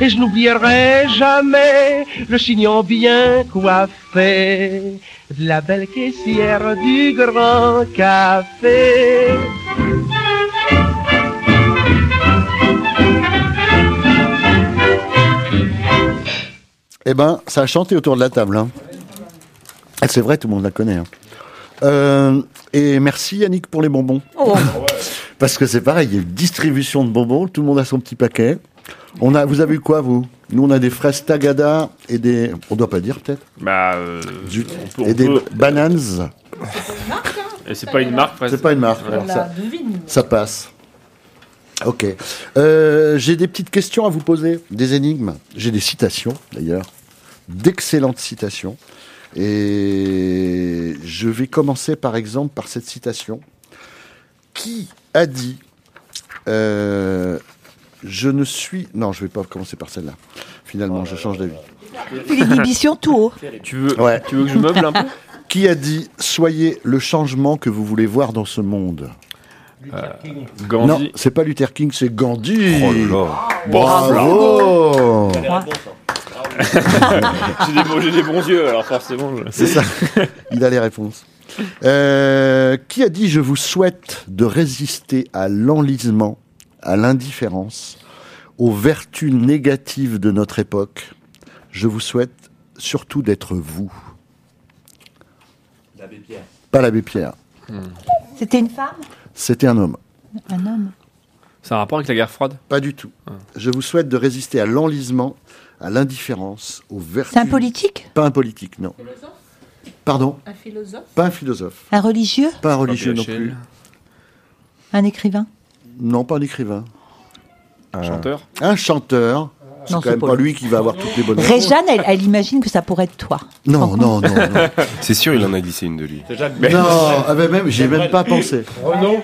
[SPEAKER 17] et je n'oublierai jamais le chignon bien coiffé de la belle caissière du grand café.
[SPEAKER 3] Eh ben, ça a chanté autour de la table. hein. Ah, c'est vrai, tout le monde la connaît. hein. Euh, et merci Yannick pour les bonbons. Parce que c'est pareil, il y a une distribution de bonbons, tout le monde a son petit paquet. On a, vous avez eu quoi, vous Nous, on a des fraises Tagada et des. On doit pas dire, peut-être
[SPEAKER 2] Bah, euh, on peut- on
[SPEAKER 3] Et des
[SPEAKER 2] peut-
[SPEAKER 3] bananes.
[SPEAKER 2] Et c'est pas une marque, presque.
[SPEAKER 3] C'est pas une marque.
[SPEAKER 2] Ouais.
[SPEAKER 3] alors ça, ça passe. Ok. Euh, J'ai des petites questions à vous poser, des énigmes. J'ai des citations, d'ailleurs. D'excellentes citations. Et je vais commencer, par exemple, par cette citation. Qui a dit euh, Je ne suis. Non, je vais pas commencer par celle-là. Finalement, je change d'avis.
[SPEAKER 8] L'inhibition tout haut.
[SPEAKER 2] Tu veux,
[SPEAKER 3] Ouais.
[SPEAKER 2] tu veux que je meuble un peu
[SPEAKER 3] Qui a dit Soyez le changement que vous voulez voir dans ce monde
[SPEAKER 2] Euh,
[SPEAKER 3] Non, c'est pas Luther King, c'est Gandhi.
[SPEAKER 15] Oh là là.
[SPEAKER 3] Bravo.
[SPEAKER 2] j'ai, des bons, j'ai des bons yeux, alors forcément. je-
[SPEAKER 3] C'est ça. Il a les réponses. Euh, qui a dit je vous souhaite de résister à l'enlisement, à l'indifférence, aux vertus négatives de notre époque. Je vous souhaite surtout d'être vous. Pas l'abbé Pierre.
[SPEAKER 8] C'était une femme
[SPEAKER 3] C'était un homme.
[SPEAKER 8] Un homme
[SPEAKER 2] C'est un rapport avec la guerre froide Ah.
[SPEAKER 3] Pas du tout. Je vous souhaite de résister à l'enlisement, à l'indifférence, aux vertus.
[SPEAKER 8] C'est un politique
[SPEAKER 3] Pas un politique, non. Pardon
[SPEAKER 16] Un philosophe
[SPEAKER 3] Pas un philosophe.
[SPEAKER 8] Un religieux
[SPEAKER 3] Pas un religieux non plus.
[SPEAKER 8] Un écrivain
[SPEAKER 3] Non, pas un écrivain. Un
[SPEAKER 2] chanteur
[SPEAKER 3] Un chanteur. C'est
[SPEAKER 8] Non,
[SPEAKER 3] quand
[SPEAKER 8] c'est
[SPEAKER 3] même
[SPEAKER 8] pas
[SPEAKER 3] pas lui qui va avoir toutes les bonnes réponses.
[SPEAKER 8] Réjeanne, elle, elle imagine que ça pourrait être toi.
[SPEAKER 3] Non, Oh, non, non, non.
[SPEAKER 15] C'est sûr, il en a glissé une de lui.
[SPEAKER 3] Non, ah ben même, j'y ai même pas pensé.
[SPEAKER 10] Renaud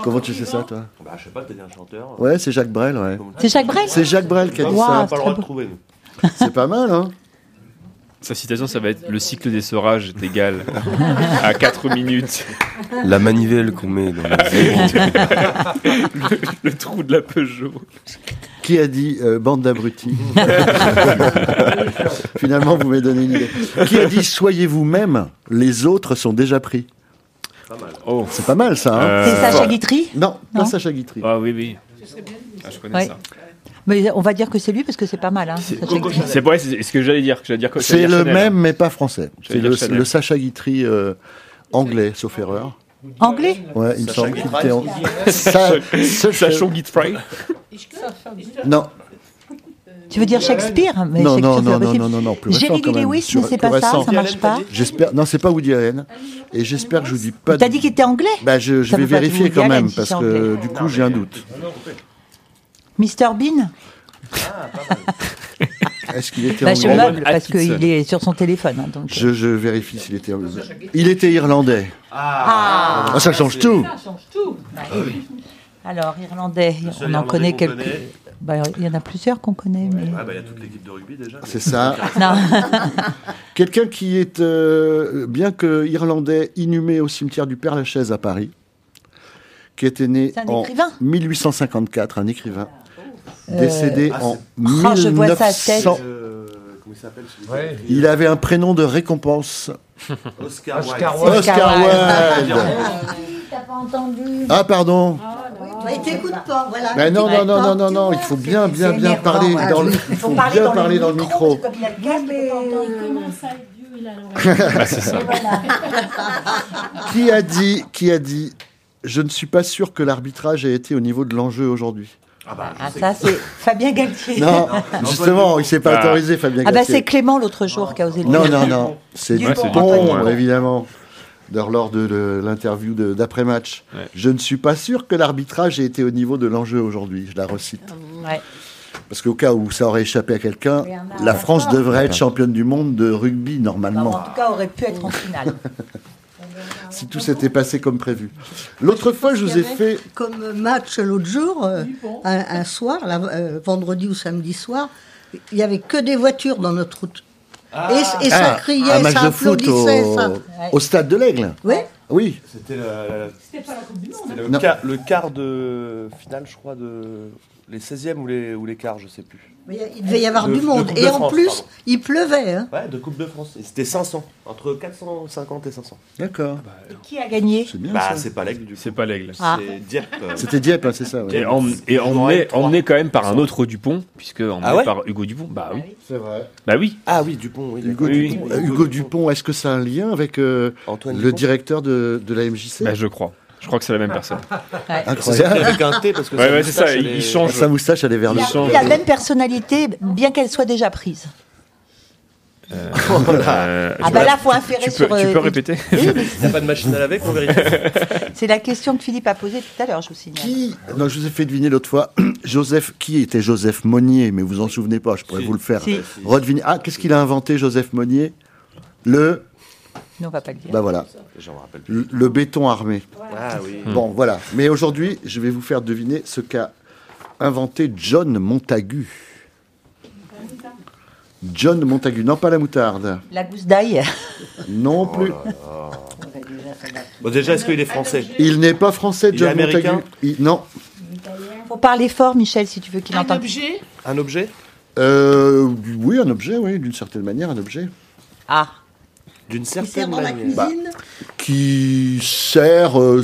[SPEAKER 3] Comment tu sais ça, toi
[SPEAKER 18] Bah, je sais pas, t'as dit un chanteur.
[SPEAKER 3] Ouais, c'est Jacques Brel, ouais.
[SPEAKER 8] C'est Jacques Brel
[SPEAKER 3] C'est Jacques Brel qui a dit
[SPEAKER 8] Waouh,
[SPEAKER 3] ça.
[SPEAKER 8] c'est très beau.
[SPEAKER 18] trouver, nous.
[SPEAKER 3] C'est pas mal, hein
[SPEAKER 2] Sa citation, ça va être Le cycle des orages est égal à 4 minutes.
[SPEAKER 15] La manivelle qu'on met dans la
[SPEAKER 2] le, le trou de la Peugeot.
[SPEAKER 3] Qui a dit euh, bande d'abrutis Finalement, vous m'avez donné une idée. Qui a dit soyez vous-même, les autres sont déjà pris
[SPEAKER 2] Oh.
[SPEAKER 3] C'est pas mal ça. hein
[SPEAKER 2] Euh, C'est Sacha
[SPEAKER 8] Guitry
[SPEAKER 3] Non,
[SPEAKER 8] Non
[SPEAKER 3] pas Sacha Guitry.
[SPEAKER 2] Ah oui, oui. Ah, je connais
[SPEAKER 8] Ouais.
[SPEAKER 2] ça.
[SPEAKER 8] Mais on va dire que c'est lui parce que c'est pas mal. Hein, Sacha Guitry.
[SPEAKER 2] C'est vrai, c'est ce que j'allais dire. que j'allais dire que-
[SPEAKER 3] C'est
[SPEAKER 2] j'allais dire
[SPEAKER 3] le
[SPEAKER 2] Chanel.
[SPEAKER 3] même, mais pas français. C'est
[SPEAKER 2] J'allais dire
[SPEAKER 3] le,
[SPEAKER 2] Chanel.
[SPEAKER 3] le Sacha Guitry euh, anglais, sauf erreur.
[SPEAKER 8] Anglais
[SPEAKER 3] Ouais, il me
[SPEAKER 2] Sacha
[SPEAKER 3] semble qu'il
[SPEAKER 2] Guitry.
[SPEAKER 3] était en... Sa- Sacha-
[SPEAKER 2] Sachon Guitry.
[SPEAKER 3] Non,
[SPEAKER 8] Tu veux dire Shakespeare mais
[SPEAKER 3] non,
[SPEAKER 8] Shakespeare,
[SPEAKER 3] non, non,
[SPEAKER 8] c'est pas
[SPEAKER 3] non,
[SPEAKER 8] possible.
[SPEAKER 3] non, non, non, plus récent
[SPEAKER 8] Jerry
[SPEAKER 3] quand même.
[SPEAKER 8] Lee-Lewis, mais
[SPEAKER 3] Sur-
[SPEAKER 8] c'est
[SPEAKER 3] plus
[SPEAKER 8] pas ça,
[SPEAKER 3] récent.
[SPEAKER 8] ça marche pas.
[SPEAKER 3] J'espère. Non, c'est pas Woody Allen. Et j'espère que je vous dis pas.
[SPEAKER 8] T'as dit qu'il était anglais
[SPEAKER 3] Bah, je, je
[SPEAKER 8] Ça
[SPEAKER 3] vais
[SPEAKER 8] veut pas dire
[SPEAKER 3] vérifier
[SPEAKER 8] Woody
[SPEAKER 3] quand
[SPEAKER 8] Allen
[SPEAKER 3] même
[SPEAKER 8] si
[SPEAKER 3] parce
[SPEAKER 8] c'est
[SPEAKER 3] que
[SPEAKER 8] anglais.
[SPEAKER 3] du coup j'ai un doute.
[SPEAKER 8] Mr Bean
[SPEAKER 18] Ah,
[SPEAKER 3] Est-ce qu'il était
[SPEAKER 8] bah, Je
[SPEAKER 3] anglais
[SPEAKER 8] meuble parce qu'il est sur son téléphone. hein, donc.
[SPEAKER 3] Je, je vérifie s'il était anglais. Il était irlandais.
[SPEAKER 8] Ah,
[SPEAKER 3] Ah, ça change tout.
[SPEAKER 8] Ça change tout. Bah, Alors, irlandais,
[SPEAKER 18] Ah seul
[SPEAKER 8] on en
[SPEAKER 18] Irlandais
[SPEAKER 8] connaît
[SPEAKER 18] qu'on
[SPEAKER 8] quelques.
[SPEAKER 18] connaît.
[SPEAKER 8] Bah, Il y en a plusieurs qu'on connaît, mais.
[SPEAKER 18] Ah, bah, il y a toute l'équipe de rugby déjà.
[SPEAKER 3] C'est ça.
[SPEAKER 8] Non.
[SPEAKER 3] Quelqu'un qui est, euh, bien que irlandais, inhumé au cimetière du Père-Lachaise à Paris, qui était né
[SPEAKER 8] C'est un
[SPEAKER 3] en
[SPEAKER 8] écrivain
[SPEAKER 3] 1854, un écrivain,
[SPEAKER 8] Euh,
[SPEAKER 3] décédé
[SPEAKER 8] Ah,
[SPEAKER 3] en
[SPEAKER 8] c'est- Oh, je vois sa tête.
[SPEAKER 3] 1900.
[SPEAKER 18] Euh, comment il s'appelle celui
[SPEAKER 3] Il avait un prénom de récompense.
[SPEAKER 18] Oscar,
[SPEAKER 3] Oscar
[SPEAKER 18] Wilde.
[SPEAKER 3] Wilde. Oscar Wilde.
[SPEAKER 9] T'as pas entendu
[SPEAKER 3] Ah, pardon.
[SPEAKER 9] Bah, il t'écoute pas, voilà.
[SPEAKER 3] Mais non, non,
[SPEAKER 9] Il t'écoute
[SPEAKER 3] non, non,
[SPEAKER 9] pas.
[SPEAKER 3] non, non, il faut bien, bien,
[SPEAKER 9] c'est
[SPEAKER 3] bien
[SPEAKER 9] énervant,
[SPEAKER 3] parler
[SPEAKER 9] hein.
[SPEAKER 3] dans le,
[SPEAKER 9] Il
[SPEAKER 3] il
[SPEAKER 9] faut
[SPEAKER 3] faut
[SPEAKER 9] parler
[SPEAKER 3] bien
[SPEAKER 9] dans le
[SPEAKER 3] parler dans le micro.
[SPEAKER 9] Comme il a le casque, il peut pas entendre.
[SPEAKER 16] Il commence à être vieux, il a l'oreille.
[SPEAKER 3] Bah, c'est ça.
[SPEAKER 16] Et voilà.
[SPEAKER 3] Qui a dit, qui a dit, je ne suis pas sûr que l'arbitrage ait été au niveau de l'enjeu aujourd'hui.
[SPEAKER 4] bah,
[SPEAKER 8] Ah, ça, c'est Fabien Galtier.
[SPEAKER 3] Non, justement, il s'est pas
[SPEAKER 8] Ah.
[SPEAKER 3] autorisé, Fabien
[SPEAKER 8] Ah, bah,
[SPEAKER 3] Galtier.
[SPEAKER 8] c'est Clément l'autre jour qui a osé le
[SPEAKER 3] Non,
[SPEAKER 8] dire.
[SPEAKER 3] non, non, c'est
[SPEAKER 8] Dupont,
[SPEAKER 3] Dupont,
[SPEAKER 8] Antoine.
[SPEAKER 3] évidemment, dans- lors de, de l'interview de- d'après-match. Je ne suis pas sûr que l'arbitrage ait été au niveau de l'enjeu aujourd'hui, je la recite.
[SPEAKER 8] Ouais.
[SPEAKER 3] Parce qu'au cas où ça aurait échappé à quelqu'un,
[SPEAKER 8] Bernard
[SPEAKER 3] la France
[SPEAKER 8] Laporte.
[SPEAKER 3] devrait être championne du monde de rugby
[SPEAKER 8] Bah,
[SPEAKER 3] normalement.
[SPEAKER 8] en tout cas, aurait pu être en finale.
[SPEAKER 3] si tout s'était passé comme prévu. L'autre fois, je vous ai
[SPEAKER 9] Il y avait
[SPEAKER 3] fait.
[SPEAKER 9] Comme match l'autre jour, euh, un, un soir, là, euh, vendredi ou samedi soir, il n'y avait que des voitures dans notre route. et, et ça
[SPEAKER 3] Ah,
[SPEAKER 9] criait,
[SPEAKER 3] un match
[SPEAKER 9] ça
[SPEAKER 3] de foot au,
[SPEAKER 9] applaudissait, ça.
[SPEAKER 3] au stade de l'Aigle.
[SPEAKER 9] Oui.
[SPEAKER 3] Oui.
[SPEAKER 15] C'était la,
[SPEAKER 16] pas la Coupe du Monde.
[SPEAKER 15] le,
[SPEAKER 3] Non.
[SPEAKER 15] quart, le quart de finale, je crois, de les 16e ou les, ou les quarts, je sais plus.
[SPEAKER 9] Mais Il devait y avoir
[SPEAKER 15] De-
[SPEAKER 9] du
[SPEAKER 15] de
[SPEAKER 9] monde.
[SPEAKER 15] Coupe de
[SPEAKER 9] Et en
[SPEAKER 15] France,
[SPEAKER 9] plus,
[SPEAKER 15] pardon.
[SPEAKER 9] il pleuvait. hein.
[SPEAKER 15] Ouais, de Coupe de France. Et c'était 500, entre 450 et 500.
[SPEAKER 3] D'accord.
[SPEAKER 8] Qui a gagné
[SPEAKER 3] C'est bien,
[SPEAKER 2] Bah,
[SPEAKER 3] ça.
[SPEAKER 2] c'est pas l'aigle, du C'est pas l'aigle.
[SPEAKER 8] Ah.
[SPEAKER 2] C'est Dieppe.
[SPEAKER 3] C'était Dieppe, hein, c'est ça. ouais.
[SPEAKER 2] Euh, Et, emmené, et emmené, emmené quand même par un autre Dupont, puisque emmené
[SPEAKER 3] Ah ouais
[SPEAKER 2] par Hugo Dupont. Bah oui.
[SPEAKER 3] C'est vrai.
[SPEAKER 2] Bah oui.
[SPEAKER 15] Ah oui, Dupont, oui.
[SPEAKER 3] Hugo,
[SPEAKER 2] Oui,
[SPEAKER 3] Dupont,
[SPEAKER 2] oui.
[SPEAKER 3] euh, Hugo Dupont, est-ce que ça a un lien avec euh, le
[SPEAKER 2] Dupont
[SPEAKER 3] directeur de, de la MJC
[SPEAKER 2] Bah, je crois. Je crois que c'est la même personne.
[SPEAKER 3] Ah, Incroyable.
[SPEAKER 2] C'est ça, avec un T, parce que Ouais, sa ouais, c'est moustache, ça, elle il- est- il change.
[SPEAKER 3] Sa moustache, elle est vers
[SPEAKER 8] Il
[SPEAKER 3] le
[SPEAKER 8] a
[SPEAKER 3] sang.
[SPEAKER 8] pris la même personnalité, bien qu'elle soit déjà prise.
[SPEAKER 3] Ah,
[SPEAKER 2] Euh,
[SPEAKER 8] Ah
[SPEAKER 2] tu
[SPEAKER 8] bah
[SPEAKER 2] peux-
[SPEAKER 8] là, faut affairer
[SPEAKER 2] tu peux,
[SPEAKER 8] sur,
[SPEAKER 2] Tu
[SPEAKER 8] euh,
[SPEAKER 2] peux répéter
[SPEAKER 15] Il n'y a pas de machine à laver qu'on vérifie.
[SPEAKER 8] C'est la question que Philippe a posée tout à l'heure, je vous signale.
[SPEAKER 3] Qui Non, je vous ai fait deviner l'autre fois. Joseph, qui était Joseph Monnier Mais vous en souvenez pas, je pourrais vous le faire.
[SPEAKER 8] Si.
[SPEAKER 3] Redeviner. Ah, qu'est-ce qu'il a inventé, Joseph Monnier Le.
[SPEAKER 8] Non, on va pas le dire.
[SPEAKER 3] Bah voilà.
[SPEAKER 15] J'en rappelle plus.
[SPEAKER 3] Le, le béton armé.
[SPEAKER 15] Ah oui.
[SPEAKER 3] Bon, voilà. Mais aujourd'hui, je vais vous faire deviner ce qu'a inventé John Montagu. John Montagu. Non, pas la moutarde.
[SPEAKER 8] La gousse d'ail.
[SPEAKER 15] Oh
[SPEAKER 3] Non plus.
[SPEAKER 15] Bon, déjà, est-ce qu'il est français
[SPEAKER 3] Il n'est pas français,
[SPEAKER 15] Il est
[SPEAKER 3] John
[SPEAKER 15] américain
[SPEAKER 3] Montagu. Il- Non.
[SPEAKER 8] Faut parler fort, Michel, si tu veux qu'il
[SPEAKER 16] Un
[SPEAKER 8] entende.
[SPEAKER 16] objet
[SPEAKER 15] Un objet
[SPEAKER 3] Euh, oui, un objet, oui, d'une certaine manière, un objet.
[SPEAKER 8] Ah.
[SPEAKER 15] D'une
[SPEAKER 9] sert
[SPEAKER 15] certaine
[SPEAKER 9] dans la
[SPEAKER 15] manière.
[SPEAKER 9] cuisine.
[SPEAKER 3] Qui sert euh,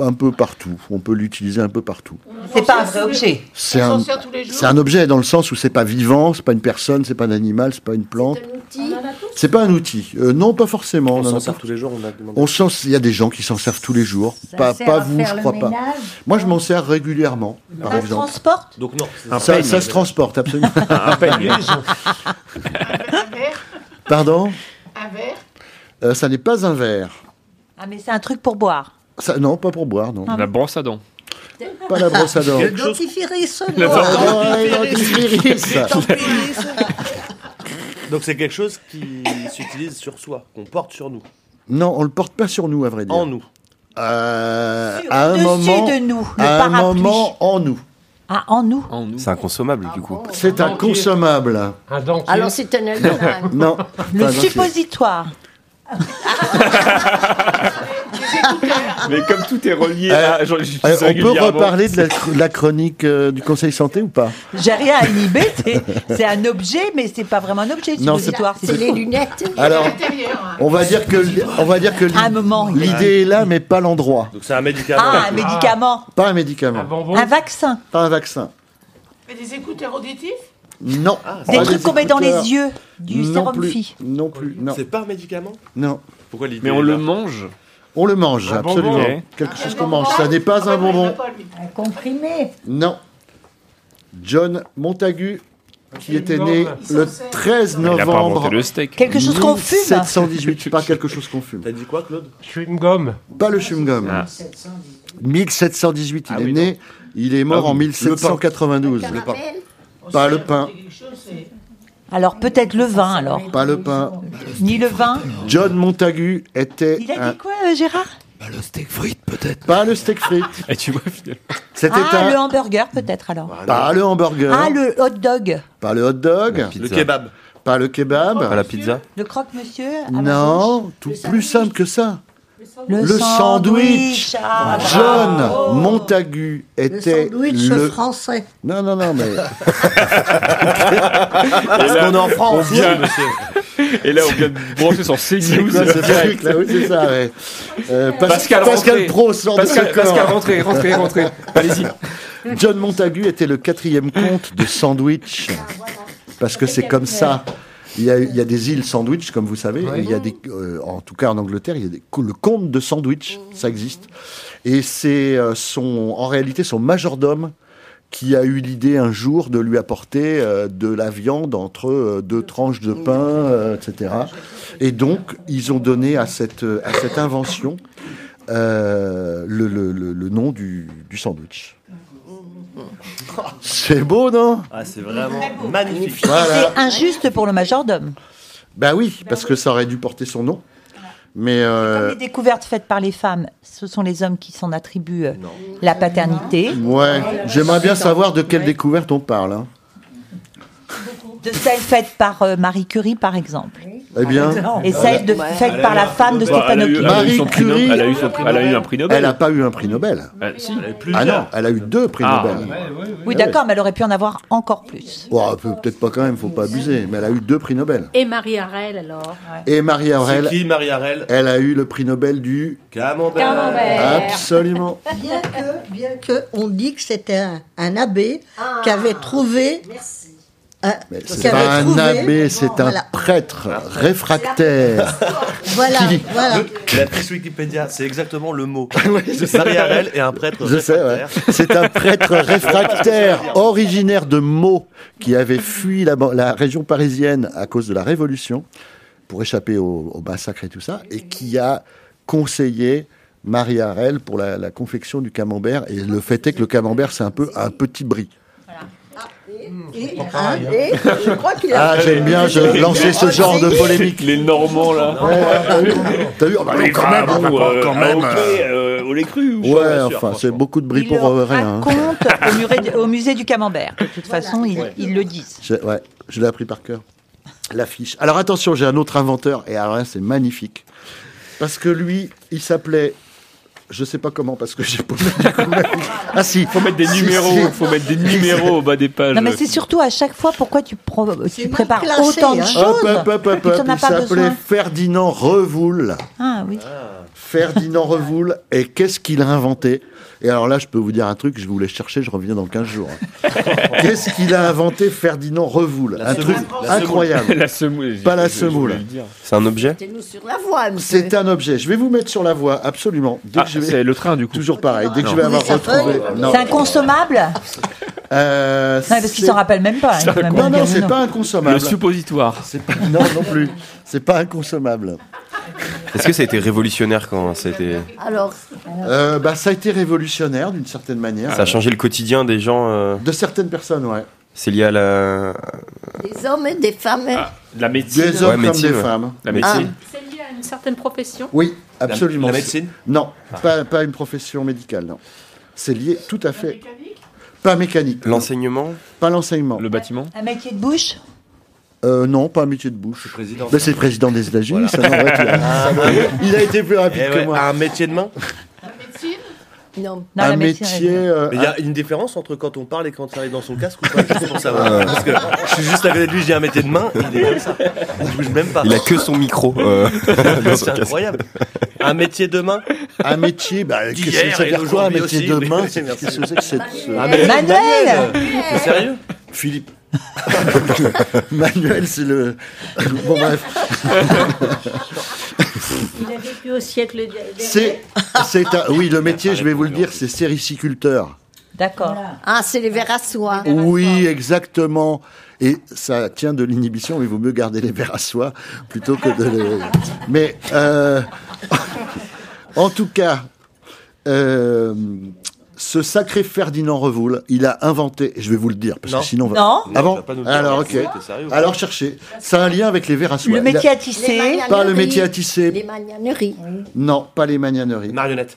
[SPEAKER 3] un peu partout. On peut l'utiliser un peu partout.
[SPEAKER 8] C'est pas un vrai objet.
[SPEAKER 3] C'est
[SPEAKER 16] On
[SPEAKER 3] un,
[SPEAKER 16] s'en sert tous les jours.
[SPEAKER 3] c'est un objet dans le sens où c'est pas vivant, c'est pas une personne, c'est pas un animal, c'est pas une plante.
[SPEAKER 16] On en a tous.
[SPEAKER 3] C'est pas un outil. Euh, non, pas forcément.
[SPEAKER 15] On
[SPEAKER 3] en
[SPEAKER 15] s'en
[SPEAKER 3] a
[SPEAKER 15] sert
[SPEAKER 3] pas-
[SPEAKER 15] tous les jours, on a demandé.
[SPEAKER 3] On s'en- il y a des gens qui s'en servent tous les jours.
[SPEAKER 8] Ça
[SPEAKER 3] Pas,
[SPEAKER 8] sert
[SPEAKER 3] pas
[SPEAKER 8] à
[SPEAKER 3] vous,
[SPEAKER 8] faire
[SPEAKER 3] je
[SPEAKER 8] le
[SPEAKER 3] crois pas.
[SPEAKER 8] ménage.
[SPEAKER 3] Moi, je m'en sers régulièrement, par
[SPEAKER 8] Ça se
[SPEAKER 3] exemple.
[SPEAKER 8] transporte
[SPEAKER 15] Donc non. c'est
[SPEAKER 3] ça,
[SPEAKER 15] peigne.
[SPEAKER 3] ça se transporte, absolument.
[SPEAKER 15] Un peigne.
[SPEAKER 16] Un verre
[SPEAKER 3] Pardon
[SPEAKER 16] Un verre
[SPEAKER 3] Euh, Ça n'est pas un verre.
[SPEAKER 8] Ah, mais c'est un truc pour boire.
[SPEAKER 3] Ça- non, pas pour boire,
[SPEAKER 8] Ah
[SPEAKER 3] non.
[SPEAKER 2] La brosse à dents.
[SPEAKER 3] Pas la brosse à dents.
[SPEAKER 9] Le dentifrice,
[SPEAKER 3] Le
[SPEAKER 9] non.
[SPEAKER 3] Ah, dentifrice.
[SPEAKER 9] Le dentifrice.
[SPEAKER 15] Donc c'est quelque chose qui s'utilise sur soi, qu'on porte sur nous.
[SPEAKER 3] Non, on le porte pas sur nous, à vrai dire.
[SPEAKER 15] En nous.
[SPEAKER 3] Euh, à un
[SPEAKER 8] Au-dessus
[SPEAKER 3] moment,
[SPEAKER 8] de nous, le
[SPEAKER 3] à un
[SPEAKER 8] parapluie.
[SPEAKER 3] moment en nous.
[SPEAKER 8] Ah, en nous.
[SPEAKER 15] C'est inconsommable du coup.
[SPEAKER 3] C'est inconsommable.
[SPEAKER 10] Un dentier.
[SPEAKER 11] Alors c'est un aliment.
[SPEAKER 3] Non.
[SPEAKER 8] Le
[SPEAKER 3] Enfin, non, c'est-
[SPEAKER 8] suppositoire.
[SPEAKER 2] Mais comme tout est relié à. genre, j'utilise
[SPEAKER 3] Euh, on peut
[SPEAKER 2] régulièrement.
[SPEAKER 3] reparler de la, cr- la chronique euh, du Conseil Santé ou pas
[SPEAKER 8] J'ai rien à inhiber. c'est- C'est un objet, mais c'est pas vraiment un objet, le
[SPEAKER 3] Non, c'est-
[SPEAKER 8] suppositoire.
[SPEAKER 3] c'est-
[SPEAKER 8] les lunettes.
[SPEAKER 3] Alors, on va dire que l- on va dire que l- l'idée est là, mais pas l'endroit.
[SPEAKER 15] Donc c'est un médicament.
[SPEAKER 8] Ah, un médicament.
[SPEAKER 3] Pas un
[SPEAKER 15] Ah,
[SPEAKER 3] médicament.
[SPEAKER 8] Un vaccin.
[SPEAKER 3] Pas un vaccin.
[SPEAKER 16] Mais des écouteurs auditifs
[SPEAKER 3] Non.
[SPEAKER 15] Ah,
[SPEAKER 8] Des
[SPEAKER 3] Pas
[SPEAKER 8] trucs qu'on met dans
[SPEAKER 3] écouteurs.
[SPEAKER 8] les yeux, du
[SPEAKER 3] non
[SPEAKER 8] sérum
[SPEAKER 3] plus,
[SPEAKER 8] Phi.
[SPEAKER 3] Non plus. Ah. Non.
[SPEAKER 15] C'est pas un médicament
[SPEAKER 3] Non.
[SPEAKER 15] Pourquoi l'idée
[SPEAKER 2] Mais on
[SPEAKER 15] est
[SPEAKER 2] le
[SPEAKER 15] là Ah,
[SPEAKER 2] mange.
[SPEAKER 3] On le mange,
[SPEAKER 2] Un bonbon.
[SPEAKER 3] absolument.
[SPEAKER 2] Ok.
[SPEAKER 3] Quelque
[SPEAKER 8] Ah,
[SPEAKER 3] chose qu'on mange. Ça n'est pas un bonbon.
[SPEAKER 9] Un comprimé.
[SPEAKER 3] Non. John Montagu, qui était
[SPEAKER 10] énorme.
[SPEAKER 3] né
[SPEAKER 10] Ils
[SPEAKER 3] le 13
[SPEAKER 2] Mais il a pas
[SPEAKER 3] novembre.
[SPEAKER 2] inventé le steak.
[SPEAKER 8] Quelque chose qu'on fume.
[SPEAKER 3] 1718, pas quelque chose qu'on fume.
[SPEAKER 15] T'as dit quoi, Claude
[SPEAKER 10] Chewing-gum.
[SPEAKER 3] Pas le chewing-gum.
[SPEAKER 2] Ah.
[SPEAKER 3] 1718, il est né. Il est mort
[SPEAKER 15] Ah oui.
[SPEAKER 3] en 1792.
[SPEAKER 15] Le pain.
[SPEAKER 3] Pas le pain.
[SPEAKER 8] Alors peut-être le vin, alors.
[SPEAKER 3] Pas le pain.
[SPEAKER 8] Ni le vin.
[SPEAKER 3] John Montagu était.
[SPEAKER 8] Il a
[SPEAKER 3] un-
[SPEAKER 8] dit quoi, euh, Gérard
[SPEAKER 3] le steak frites, peut-être. Pas le steak frites.
[SPEAKER 2] Et tu vois, finalement.
[SPEAKER 3] C'était
[SPEAKER 8] Ah,
[SPEAKER 3] un.
[SPEAKER 8] le hamburger, peut-être, alors.
[SPEAKER 3] Pas le hamburger.
[SPEAKER 8] Ah, le hot dog.
[SPEAKER 3] Pas le hot dog.
[SPEAKER 15] Le kebab.
[SPEAKER 3] Pas le kebab. Pas la pizza.
[SPEAKER 8] Le croque-monsieur. Ah, bah, à la
[SPEAKER 3] Non, tout plus simple que ça.
[SPEAKER 8] bouche.
[SPEAKER 3] Le sandwich.
[SPEAKER 8] Ah,
[SPEAKER 3] John Montagu
[SPEAKER 9] Le
[SPEAKER 3] était
[SPEAKER 9] sandwich
[SPEAKER 3] le-
[SPEAKER 9] français.
[SPEAKER 3] Non, non, non, mais.
[SPEAKER 2] Parce
[SPEAKER 15] qu'on est en France,
[SPEAKER 2] On vient...
[SPEAKER 15] oui,
[SPEAKER 2] Et là, on vient de brancher sur
[SPEAKER 3] C'est
[SPEAKER 2] CNews
[SPEAKER 3] quoi ce
[SPEAKER 2] direct.
[SPEAKER 3] truc là Oui, c'est ça, ouais. Euh, Pas-
[SPEAKER 2] Pascal rentrez.
[SPEAKER 3] Pro sort de
[SPEAKER 2] Pascal,
[SPEAKER 3] ce corps.
[SPEAKER 2] Pascal, rentrez, rentrez, rentrez. Allez-y.
[SPEAKER 3] John Montagu était le quatrième comte de Sandwich. Parce que c'est comme ça. Il y, a, il y a des îles Sandwich, comme vous savez. et Il y a des, euh, en tout cas, en Angleterre, il y a des, le comte de Sandwich, ça existe. Et c'est euh, son, en réalité son majordome qui a eu l'idée un jour de lui apporter euh, de la viande entre euh, deux tranches de pain, euh, etc. Et donc, ils ont donné à cette, euh, à cette invention euh, le, le- le- le nom du, du sandwich. C'est beau, non
[SPEAKER 15] Ah, c'est vraiment magnifique.
[SPEAKER 3] Voilà.
[SPEAKER 8] C'est injuste pour le majordome.
[SPEAKER 3] Bah oui, parce que ça aurait dû porter son nom. Mais euh,
[SPEAKER 8] Les découvertes faites par les femmes, ce sont les hommes qui s'en attribuent euh, la paternité.
[SPEAKER 3] ouais, j'aimerais bien savoir de quelle découverte on parle. hein.
[SPEAKER 8] De celles faites par euh, Marie Curie, par exemple.
[SPEAKER 3] Eh bien,
[SPEAKER 8] Et celles de- faites
[SPEAKER 2] Elle a-
[SPEAKER 8] par la femme de
[SPEAKER 2] Bah, elle a eu-
[SPEAKER 8] Stéphanopoul.
[SPEAKER 2] elle a
[SPEAKER 3] Marie
[SPEAKER 2] eu son prix
[SPEAKER 3] Curie.
[SPEAKER 2] Nobel- elle a eu son prix
[SPEAKER 3] Elle a
[SPEAKER 2] Nobel. un prix Nobel.
[SPEAKER 3] Elle n'a pas eu un prix Nobel.
[SPEAKER 2] Euh, si.
[SPEAKER 3] Ah non, elle a eu deux prix
[SPEAKER 2] Ah.
[SPEAKER 3] Nobel.
[SPEAKER 8] Oui, d'accord, mais elle aurait pu en avoir encore plus.
[SPEAKER 3] Oh, peu- Peut-être pas quand même, faut pas abuser, mais elle a eu deux prix Nobel.
[SPEAKER 12] Et Marie Harel, alors
[SPEAKER 3] Et Marie Aurel,
[SPEAKER 18] C'est qui, Marie Harel
[SPEAKER 3] elle a eu le prix Nobel du
[SPEAKER 18] Camembert.
[SPEAKER 3] Absolument.
[SPEAKER 9] Bien que, bien que, on dit que c'était un, un abbé qui avait trouvé. un-
[SPEAKER 3] Mais
[SPEAKER 9] qui
[SPEAKER 3] C'est
[SPEAKER 9] avait
[SPEAKER 3] pas un
[SPEAKER 9] trouvé-
[SPEAKER 3] abbé, c'est un
[SPEAKER 9] Voilà.
[SPEAKER 3] prêtre réfractaire.
[SPEAKER 9] Voilà, voilà.
[SPEAKER 15] Le- La fiche Wikipédia, c'est exactement le mot.
[SPEAKER 3] sais.
[SPEAKER 15] Marie Harel est un prêtre.
[SPEAKER 3] Je sais, ouais.
[SPEAKER 15] réfractaire.
[SPEAKER 3] C'est un prêtre réfractaire, originaire de Meaux, qui avait fui la, ban- la région parisienne à cause de la Révolution, pour échapper au, au massacre et tout ça, et qui a conseillé Marie Harel pour la, la confection du camembert. Et le fait est que le camembert, c'est un peu un petit bris.
[SPEAKER 9] Et, un- Ah, et je crois qu'il a.
[SPEAKER 3] hein. Ah, j'aime bien je, lancer ce genre de polémique.
[SPEAKER 2] Les Normands, là.
[SPEAKER 3] T'as vu Oh, bah non,
[SPEAKER 2] Les
[SPEAKER 3] quand même,
[SPEAKER 2] Brabants,
[SPEAKER 3] on va pas-
[SPEAKER 2] euh,
[SPEAKER 3] quand même,
[SPEAKER 2] ah, ok,
[SPEAKER 3] euh.
[SPEAKER 2] euh, on les crus ou je suis
[SPEAKER 3] Ouais,
[SPEAKER 2] pas sûr,
[SPEAKER 3] enfin,
[SPEAKER 2] franchement.
[SPEAKER 3] c'est beaucoup de bris
[SPEAKER 8] Il
[SPEAKER 3] pour
[SPEAKER 8] leur
[SPEAKER 3] euh, rien. hein.
[SPEAKER 8] raconte au, murée- au musée du Camembert. De toute façon, ils, ils le disent.
[SPEAKER 3] Je, ouais, je l'ai appris par cœur. L'affiche. Alors attention, j'ai un autre inventeur, et alors là, c'est magnifique. Parce que lui, il s'appelait. Je sais pas comment, parce que j'ai pas Ah si
[SPEAKER 2] Faut mettre des
[SPEAKER 3] Si,
[SPEAKER 2] numéros,
[SPEAKER 3] si.
[SPEAKER 2] faut mettre des numéros au bas des pages.
[SPEAKER 8] Non, mais c'est surtout à chaque fois pourquoi tu, pro- tu prépares
[SPEAKER 9] classé,
[SPEAKER 8] autant de
[SPEAKER 9] hein.
[SPEAKER 8] choses.
[SPEAKER 3] Hop, hop, hop, hop,
[SPEAKER 8] et tu
[SPEAKER 3] hop,
[SPEAKER 8] n'en as
[SPEAKER 3] il
[SPEAKER 8] pas
[SPEAKER 3] s'appelait
[SPEAKER 8] besoin.
[SPEAKER 3] Ferdinand Revoul.
[SPEAKER 8] Ah oui.
[SPEAKER 3] Ferdinand Revoul, et qu'est-ce qu'il a inventé Et alors là, je peux vous dire un truc, je vous laisse chercher, je reviens dans 15 jours. qu'est-ce qu'il a inventé, Ferdinand Revoul Un truc incroyable.
[SPEAKER 2] La semoule.
[SPEAKER 3] Pas la
[SPEAKER 2] je- je voulais
[SPEAKER 3] semoule.
[SPEAKER 2] le dire.
[SPEAKER 4] C'est un objet
[SPEAKER 11] Mettez-nous sur la voie, un petit
[SPEAKER 3] C'est un objet. Je vais vous mettre sur la voie, absolument. Dès
[SPEAKER 2] Ah,
[SPEAKER 3] que je vais...
[SPEAKER 2] c'est le train, du coup.
[SPEAKER 3] Toujours pareil. Dès que
[SPEAKER 2] Non.
[SPEAKER 3] je vais avoir
[SPEAKER 2] Oui, ça
[SPEAKER 3] retrouvé.
[SPEAKER 2] peut.
[SPEAKER 3] Non.
[SPEAKER 8] C'est inconsommable Non,
[SPEAKER 3] Euh,
[SPEAKER 8] parce qu'ils
[SPEAKER 3] c'est-
[SPEAKER 8] s'en rappellent même pas. hein, ils peuvent même
[SPEAKER 3] Non,
[SPEAKER 8] pas
[SPEAKER 3] non,
[SPEAKER 8] dire
[SPEAKER 3] c'est
[SPEAKER 8] non.
[SPEAKER 3] pas inconsommable.
[SPEAKER 2] Le suppositoire.
[SPEAKER 3] C'est pas- Non, non plus. C'est pas inconsommable.
[SPEAKER 4] Est-ce que ça a été révolutionnaire quand c'était.
[SPEAKER 11] peu. Alors,
[SPEAKER 3] Euh, bah, ça a été révolutionnaire d'une certaine manière.
[SPEAKER 4] Ça a changé le quotidien des gens. euh,
[SPEAKER 3] De certaines personnes, ouais.
[SPEAKER 4] C'est lié à la.
[SPEAKER 11] des hommes et des femmes. Ah.
[SPEAKER 2] La médecine.
[SPEAKER 3] Des hommes
[SPEAKER 4] Ouais,
[SPEAKER 3] comme
[SPEAKER 4] métier,
[SPEAKER 3] des
[SPEAKER 4] ouais.
[SPEAKER 3] femmes.
[SPEAKER 4] Ah,
[SPEAKER 3] Ah.
[SPEAKER 4] La médecine.
[SPEAKER 12] C'est lié à une certaine profession
[SPEAKER 3] Oui, absolument.
[SPEAKER 15] La- la médecine
[SPEAKER 3] Non, pas, pas une profession médicale, non. C'est lié tout à fait. Pas mécanique. non.
[SPEAKER 4] L'enseignement
[SPEAKER 3] Pas l'enseignement.
[SPEAKER 2] Le bâtiment
[SPEAKER 8] Un métier de bouche
[SPEAKER 3] Euh, non, pas un métier de bouche.
[SPEAKER 15] président.
[SPEAKER 3] Ben, c'est le président des États-Unis, ça n'aurait été-
[SPEAKER 15] Ah,
[SPEAKER 3] Il a été plus rapide
[SPEAKER 15] Eh
[SPEAKER 3] que
[SPEAKER 15] ouais,
[SPEAKER 3] moi.
[SPEAKER 15] Un métier de main
[SPEAKER 11] Non.
[SPEAKER 8] Non,
[SPEAKER 3] ah. un
[SPEAKER 8] la médecine,
[SPEAKER 3] métier. euh,
[SPEAKER 15] Mais Il y a une différence entre quand on parle et quand ça arrive dans son casque ou pas Juste pour
[SPEAKER 3] Euh.
[SPEAKER 15] savoir. Parce que je suis juste à côté de lui, j'ai un métier de main, il est comme ça. Il bouge même pas.
[SPEAKER 4] Il a que son micro. euh, dans son
[SPEAKER 15] C'est
[SPEAKER 4] casque.
[SPEAKER 15] incroyable. Un métier de main
[SPEAKER 3] Un métier, bah, qu'est-ce que
[SPEAKER 15] D'hier
[SPEAKER 3] ça veut
[SPEAKER 15] et
[SPEAKER 3] dire quoi Un
[SPEAKER 15] d'aujourd'hui
[SPEAKER 3] métier
[SPEAKER 15] aussi,
[SPEAKER 3] de
[SPEAKER 15] oui,
[SPEAKER 3] main
[SPEAKER 15] oui,
[SPEAKER 3] c'est-
[SPEAKER 15] merci.
[SPEAKER 3] Qu'est-ce que c'est que cette- euh, ce-
[SPEAKER 4] Ah,
[SPEAKER 15] Un métier de
[SPEAKER 8] Manuel
[SPEAKER 15] manuel. Mais Sérieux
[SPEAKER 3] Philippe. Manuel, c'est le. Bon, bref.
[SPEAKER 13] Il a vécu au siècle dernier.
[SPEAKER 3] C'est. c'est un- Oui, le métier, je vais vous le dire, c'est sériciculteur.
[SPEAKER 8] D'accord.
[SPEAKER 11] Ah, c'est les verres à soie.
[SPEAKER 3] Oui, exactement. Et ça tient de l'inhibition, mais il vaut mieux garder les verres à soi plutôt que de les. Mais euh, en tout cas, euh, ce sacré Ferdinand Revoul, il a inventé. et Je vais vous le dire parce
[SPEAKER 15] Non.
[SPEAKER 3] que sinon. on va-
[SPEAKER 8] Non.
[SPEAKER 3] Avant.
[SPEAKER 15] tu vas pas nous le dire.
[SPEAKER 3] Alors ok.
[SPEAKER 15] Ouais, t'es sérieux, ouais.
[SPEAKER 3] Alors cherchez. Ça a un lien avec les verres à soie.
[SPEAKER 8] Le
[SPEAKER 3] Il a-
[SPEAKER 8] métier à
[SPEAKER 11] Les
[SPEAKER 8] tisser.
[SPEAKER 3] Pas le
[SPEAKER 11] magnaneries.
[SPEAKER 3] métier à tisser.
[SPEAKER 11] Les magnaneries.
[SPEAKER 3] Non, pas les magnaneries.
[SPEAKER 15] Marionnette.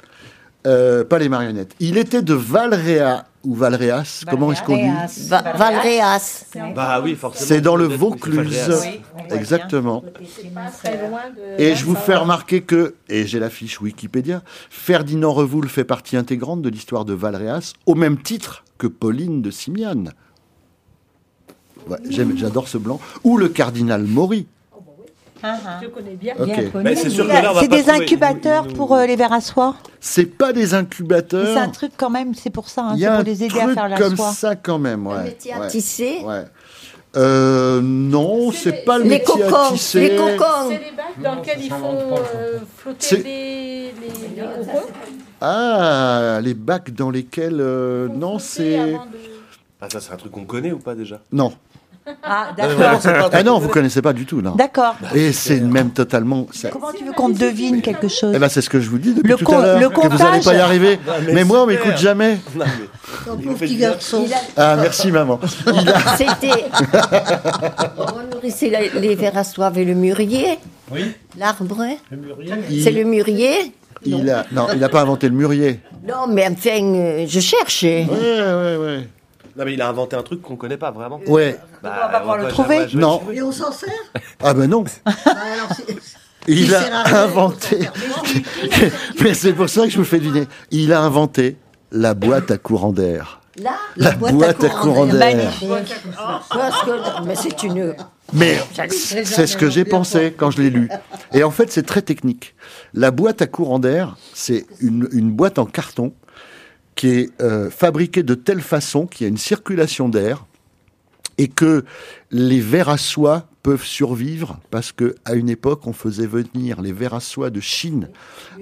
[SPEAKER 3] Euh, pas les marionnettes. Il était de Valréas ou Valréas. Comment il se conduit
[SPEAKER 11] Va- Valréas.
[SPEAKER 15] Bah oui, forcément.
[SPEAKER 3] C'est dans le
[SPEAKER 15] Peut-être que c'est pas
[SPEAKER 3] Vaucluse.
[SPEAKER 15] Gréas.
[SPEAKER 3] Exactement.
[SPEAKER 12] Très loin de.
[SPEAKER 3] Et je vous fais remarquer que, et j'ai la fiche Wikipédia, Ferdinand Revoul fait partie intégrante de l'histoire de Valréas, au même titre que Pauline de Simiane. Ouais, j'aime- J'adore ce blanc. Ou le cardinal Maury.
[SPEAKER 12] Je connais bien.
[SPEAKER 3] Ok.
[SPEAKER 15] Mais c'est sûr que là, on va
[SPEAKER 8] Ah, C'est
[SPEAKER 15] pas
[SPEAKER 8] des
[SPEAKER 15] trouver.
[SPEAKER 8] incubateurs pour euh, les vers à soie.
[SPEAKER 3] C'est pas des
[SPEAKER 8] Mais C'est
[SPEAKER 3] incubateurs.
[SPEAKER 8] un truc quand même, c'est pour ça, hein,
[SPEAKER 3] Il y
[SPEAKER 8] c'est
[SPEAKER 3] a un
[SPEAKER 8] pour les aider à
[SPEAKER 3] truc
[SPEAKER 8] faire la
[SPEAKER 3] comme
[SPEAKER 8] soie.
[SPEAKER 3] ça quand même. Ouais.
[SPEAKER 11] métier à
[SPEAKER 3] ouais,
[SPEAKER 11] tisser.
[SPEAKER 3] ouais. Euh, non, c'est
[SPEAKER 5] Ah,
[SPEAKER 3] pas le
[SPEAKER 11] les
[SPEAKER 3] métier à
[SPEAKER 11] cocons,
[SPEAKER 3] tisser.
[SPEAKER 11] les cocons.
[SPEAKER 12] C'est les bacs dans lesquels ils font euh, flotter
[SPEAKER 3] C'est-
[SPEAKER 12] les, les, les cocons.
[SPEAKER 3] Ah, les bacs dans lesquels... euh, non, c'est...
[SPEAKER 12] Avant de-
[SPEAKER 15] Ah, ça, c'est un truc qu'on connaît ou pas déjà
[SPEAKER 3] Non.
[SPEAKER 8] Ah,
[SPEAKER 3] Ah, voilà,
[SPEAKER 8] d'accord.
[SPEAKER 3] c'est pas- Ah non, vous connaissez pas du tout, non. Bah,
[SPEAKER 8] D'accord.
[SPEAKER 3] Et c'est même totalement. ça-
[SPEAKER 8] Comment tu veux qu'on devine quelque chose
[SPEAKER 3] Eh ben, c'est ce que je vous dis depuis
[SPEAKER 8] Le
[SPEAKER 3] tout
[SPEAKER 8] con-
[SPEAKER 3] à l'heure.
[SPEAKER 8] le
[SPEAKER 3] que vous n'allez
[SPEAKER 8] comptage-
[SPEAKER 3] pas y arriver.
[SPEAKER 8] Non,
[SPEAKER 3] mais,
[SPEAKER 8] mais
[SPEAKER 3] moi, on
[SPEAKER 8] super.
[SPEAKER 3] m'écoute jamais.
[SPEAKER 9] Petit garçon.
[SPEAKER 3] Ah, merci maman.
[SPEAKER 11] C'était. On nourrissait la- les vers à soif et le mûrier.
[SPEAKER 3] Oui.
[SPEAKER 11] L'arbre.
[SPEAKER 3] Il-
[SPEAKER 11] C'est le mûrier.
[SPEAKER 3] Il a, non, il n'a pas inventé le mûrier.
[SPEAKER 11] Non, mais enfin, euh, je cherche.
[SPEAKER 3] ouais, ouais.
[SPEAKER 15] Non, mais il a inventé un truc qu'on connaît pas vraiment.
[SPEAKER 3] Ouais.
[SPEAKER 15] Bah, on va
[SPEAKER 3] pouvoir le trouver.
[SPEAKER 15] jamais jouer
[SPEAKER 3] Non.
[SPEAKER 15] dessus.
[SPEAKER 9] Et on s'en sert
[SPEAKER 3] Ah ben non.
[SPEAKER 9] il
[SPEAKER 3] Il
[SPEAKER 9] sert à rien,
[SPEAKER 3] a inventé. Mais c'est pour ça que je vous fais du nez. Il a inventé la boîte à courant d'air.
[SPEAKER 11] Là,
[SPEAKER 3] La boîte à boîte à courant d'air. d'air.
[SPEAKER 11] Magnifique. Parce que- mais c'est une.
[SPEAKER 3] Mais
[SPEAKER 11] J'hallucine.
[SPEAKER 3] c'est ce que j'ai pensé quand je l'ai lu. Et en fait, c'est très technique. La boîte à courant d'air, c'est une, une boîte en carton qui est euh, fabriquée de telle façon qu'il y a une circulation d'air et que les vers à soie peuvent survivre parce que à une époque on faisait venir les vers à soie de Chine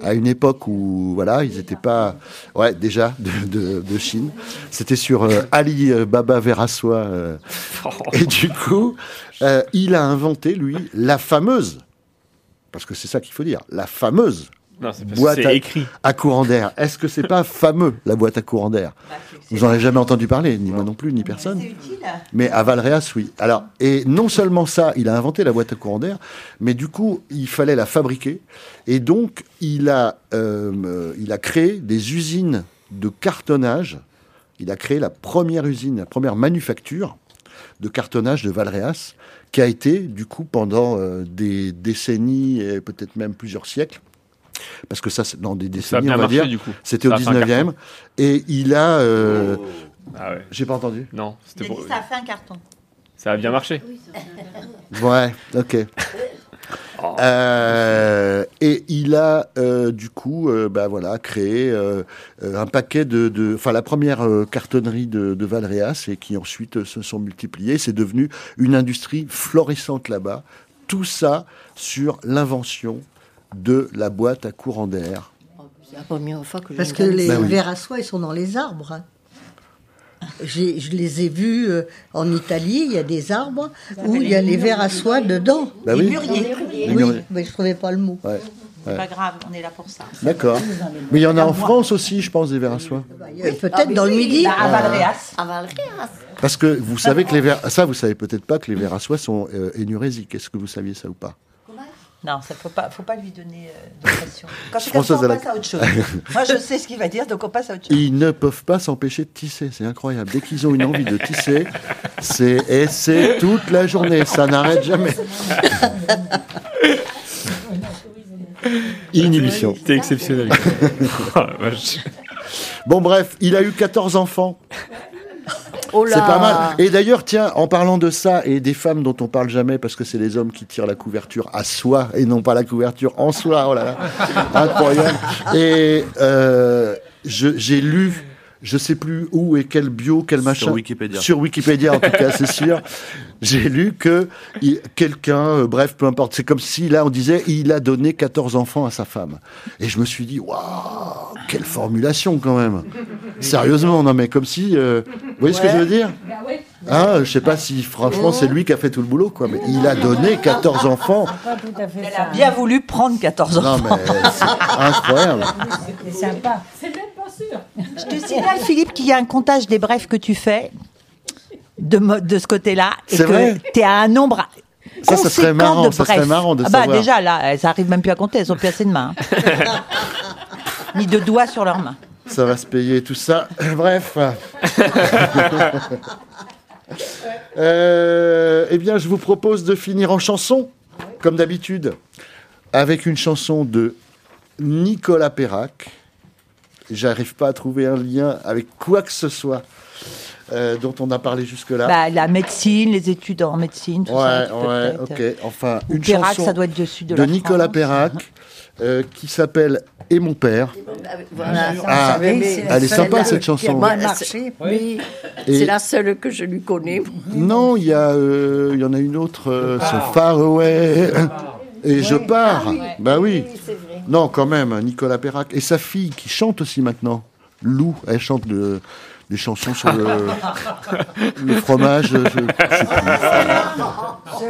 [SPEAKER 3] à une époque où voilà ils n'étaient pas ouais déjà de, de- de Chine c'était sur euh, Ali euh, Baba vers à soie euh. et du coup euh, il a inventé lui la fameuse parce que c'est ça qu'il faut dire la fameuse
[SPEAKER 2] Non, c'est parce que
[SPEAKER 3] boîte
[SPEAKER 2] c'est
[SPEAKER 3] à,
[SPEAKER 2] écrit.
[SPEAKER 3] à courant d'air est-ce que c'est pas fameux la boîte à courant d'air vous en avez jamais entendu parler ni moi non plus ni personne mais à Valréas, oui. Alors, et non seulement ça, il a inventé la boîte à courant d'air, mais du coup, il fallait la fabriquer. Et donc, il a, euh, euh, il a créé des usines de cartonnage. Il a créé la première usine, la première manufacture de cartonnage de Valréas, qui a été, du coup, pendant euh, des décennies, et peut-être même plusieurs siècles, parce que ça, c'est dans des décennies,
[SPEAKER 2] bien
[SPEAKER 3] on va
[SPEAKER 2] marché,
[SPEAKER 3] dire,
[SPEAKER 2] du coup.
[SPEAKER 3] c'était au
[SPEAKER 2] Ça a fait un carton. Oh.
[SPEAKER 3] 19e,
[SPEAKER 2] Ah
[SPEAKER 3] et il a... euh, J'ai pas entendu.
[SPEAKER 2] Non, c'était pour-
[SPEAKER 8] Ça a fait un carton.
[SPEAKER 2] ça a bien marché.
[SPEAKER 3] Ouais, ok. Euh, et il a euh, du coup, euh, bah voilà, créé euh, euh, un paquet de, de- enfin la première euh, cartonnerie de, de Valréas et qui ensuite euh, se sont multipliées. C'est devenu une industrie florissante là-bas. Tout ça sur l'invention de la boîte à courant d'air.
[SPEAKER 11] C'est la première fois que je
[SPEAKER 9] Parce que
[SPEAKER 11] l'entends.
[SPEAKER 9] les
[SPEAKER 3] Bah oui.
[SPEAKER 9] vers à soie, ils sont dans les arbres. hein. J'ai- Je les ai vus euh, en Italie, il y a des arbres où il y a les vers à soie dedans.
[SPEAKER 3] Bah oui. Les
[SPEAKER 8] mûriers.
[SPEAKER 3] Les
[SPEAKER 9] Oui,
[SPEAKER 3] mûriers.
[SPEAKER 9] mais je ne trouvais pas le mot.
[SPEAKER 3] Ouais,
[SPEAKER 8] C'est
[SPEAKER 3] ouais.
[SPEAKER 8] pas grave, on est là pour ça.
[SPEAKER 3] D'accord. Mais il y en a en France aussi, je pense, des vers à soie.
[SPEAKER 9] Et Peut-être dans le midi.
[SPEAKER 8] Bah, à Valréas.
[SPEAKER 11] À Valréas.
[SPEAKER 3] Parce que vous savez que les vers, ça vous savez peut-être pas que les vers à soie sont euh, énurésiques. Est-ce que vous saviez ça ou pas
[SPEAKER 8] Non, ça faut pas, faut pas lui donner euh, de pression. Quand c'est comme ça,
[SPEAKER 3] Françoise
[SPEAKER 8] on
[SPEAKER 3] Alac-
[SPEAKER 8] passe à autre chose. Moi, je sais ce qu'il va dire, donc on passe à autre chose.
[SPEAKER 3] Ils ne peuvent pas s'empêcher de tisser, c'est incroyable. Dès qu'ils ont une envie de tisser, c'est et c'est toute la journée, ça n'arrête jamais. Inhibition.
[SPEAKER 2] T'es exceptionnel. Oh la vache.
[SPEAKER 3] Bon bref, il a eu 14 enfants.
[SPEAKER 11] Oh là.
[SPEAKER 3] C'est pas mal. Et d'ailleurs, tiens, en parlant de ça et des femmes dont on parle jamais parce que c'est les hommes qui tirent la couverture à soi et non pas la couverture en soi. Oh là là, incroyable. Et euh, je- j'ai lu, je sais plus où et quel bio, quel machin.
[SPEAKER 18] Wikipédia.
[SPEAKER 3] Sur Wikipédia, en tout cas, c'est sûr. J'ai lu que il- quelqu'un, euh, bref, peu importe. C'est comme si là on disait il a donné 14 enfants à sa femme. Et je me suis dit waouh, quelle formulation quand même. Sérieusement, non mais comme si, euh, vous voyez ce que
[SPEAKER 11] Ouais.
[SPEAKER 3] je veux dire
[SPEAKER 11] Bah ouais.
[SPEAKER 3] Hein, je sais pas si franchement c'est lui qui a fait tout le boulot quoi, mais il a donné 14 enfants.
[SPEAKER 11] Pas tout à fait
[SPEAKER 8] Elle a bien voulu prendre 14
[SPEAKER 3] Non
[SPEAKER 8] enfants.
[SPEAKER 3] mais c'est incroyable.
[SPEAKER 8] C'est sympa. C'est même pas sûr. Je te signale, Philippe, qu'il y a un comptage des brefs que tu fais de, mo- de ce côté-là. et
[SPEAKER 3] C'est
[SPEAKER 8] que
[SPEAKER 3] vrai
[SPEAKER 8] T'es à un nombre.
[SPEAKER 3] Ça, ça serait
[SPEAKER 8] conséquent
[SPEAKER 3] marrant,
[SPEAKER 8] de
[SPEAKER 3] ça serait
[SPEAKER 8] brefs.
[SPEAKER 3] marrant de
[SPEAKER 8] Ah bah,
[SPEAKER 3] savoir.
[SPEAKER 8] déjà, là, euh, ça arrive même plus à compter, elles ont plus assez de mains. hein. Ni de doigts sur leurs mains.
[SPEAKER 3] Ça va se payer tout ça. Bref. Euh, eh bien, je vous propose de finir en chanson, comme d'habitude, avec une chanson de Nicolas Perrac. J'arrive pas à trouver un lien avec quoi que ce soit euh, dont on a parlé jusque-là.
[SPEAKER 8] Bah, la médecine, les études en médecine, tout ça.
[SPEAKER 3] ouais,
[SPEAKER 8] tu peux
[SPEAKER 3] ouais, ok.
[SPEAKER 8] peut-être. euh,
[SPEAKER 3] Enfin,
[SPEAKER 8] Ou
[SPEAKER 3] une
[SPEAKER 8] Perrac,
[SPEAKER 3] chanson
[SPEAKER 8] ça doit être du sud de
[SPEAKER 3] de
[SPEAKER 8] la
[SPEAKER 3] Nicolas
[SPEAKER 8] France.
[SPEAKER 3] Perrac euh, qui s'appelle Et mon père.
[SPEAKER 11] Voilà,
[SPEAKER 3] Ah,
[SPEAKER 11] vous savez,
[SPEAKER 3] elle
[SPEAKER 11] c'est
[SPEAKER 3] est
[SPEAKER 11] la seule
[SPEAKER 3] sympa, cette
[SPEAKER 11] qui a
[SPEAKER 3] chanson.
[SPEAKER 11] bien
[SPEAKER 3] Oui.
[SPEAKER 11] marché. Oui,
[SPEAKER 3] Et-
[SPEAKER 11] c'est la seule que je lui connais.
[SPEAKER 3] Non, il y, a, euh, il y en a une autre, euh, c'est Far Away. Et je pars. Bah oui. Non, quand même, Nicolas Perrac. Et sa fille qui chante aussi maintenant, Lou, elle chante de,
[SPEAKER 5] des chansons sur le, le fromage. je- je sais plus.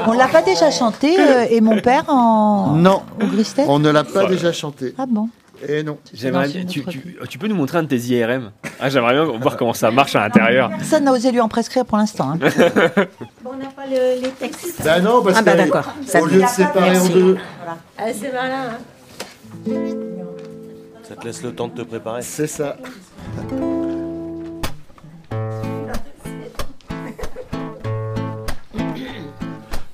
[SPEAKER 8] On l'a pas déjà chanté, euh, et mon père en.
[SPEAKER 5] Non,
[SPEAKER 8] au Gristet
[SPEAKER 5] on ne l'a pas déjà chanté.
[SPEAKER 8] Ah bon
[SPEAKER 5] Eh non.
[SPEAKER 2] J'aimerais
[SPEAKER 8] c'est
[SPEAKER 2] bien-
[SPEAKER 8] une
[SPEAKER 2] tu,
[SPEAKER 8] autre
[SPEAKER 2] tu- tu peux nous montrer un de tes IRM ah, J'aimerais bien voir comment ça marche à l'intérieur.
[SPEAKER 8] Personne n'a osé lui en prescrire pour l'instant. hein.
[SPEAKER 12] On n'a pas le- les textes.
[SPEAKER 5] Bah non, parce
[SPEAKER 8] Ah bah
[SPEAKER 5] que-
[SPEAKER 8] d'accord. Ça
[SPEAKER 5] au
[SPEAKER 8] me
[SPEAKER 5] lieu de
[SPEAKER 8] dit.
[SPEAKER 5] séparer en
[SPEAKER 8] Merci.
[SPEAKER 5] deux.
[SPEAKER 12] Ah, c'est malin. hein.
[SPEAKER 4] Ça te laisse le temps de te préparer.
[SPEAKER 5] C'est ça.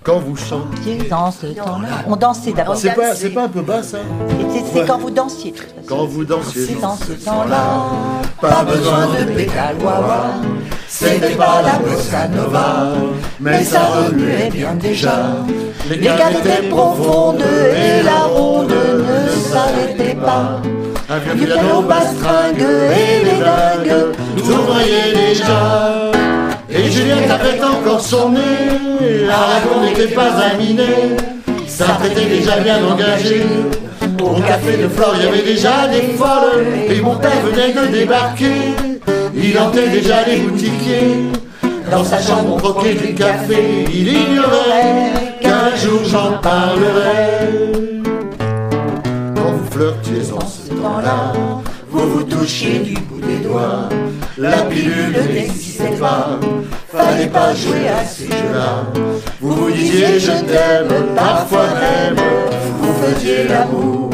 [SPEAKER 5] Quand vous chantiez
[SPEAKER 8] dans ce temps-là. On dansait d'abord.
[SPEAKER 5] C'est pas, c'est pas un peu bas ça
[SPEAKER 8] C'est c'est quand vous dansiez.
[SPEAKER 5] Quand vous dansiez
[SPEAKER 8] C'est dans
[SPEAKER 5] dans
[SPEAKER 8] ce
[SPEAKER 5] ce
[SPEAKER 8] temps-là.
[SPEAKER 5] Pas besoin de pédale wawa, c'était pas la bossa nova, mais ça remuait bien déjà. Les gars étaient profondes et la ronde ne s'arrêtait pas. Un vieux piano bastringue et les dingues tournoyaient déjà. Et Julien tapait encore son nez, Aragon n'était pas un minet, s'apprêtait déjà bien engagé. Au café de Flore, il y avait déjà des folles, et mon père venait de débarquer. Il hantait déjà les boutiquiers, dans sa chambre on croquait du café. Il ignorait qu'un jour j'en parlerai. Quand vous flirtiez en ce temps-là, vous vous touchiez du bout des doigts. La pilule n'existait pas, fallait pas jouer à ces jeux-là. Vous vous disiez je t'aime, parfois même, vous faisiez l'amour.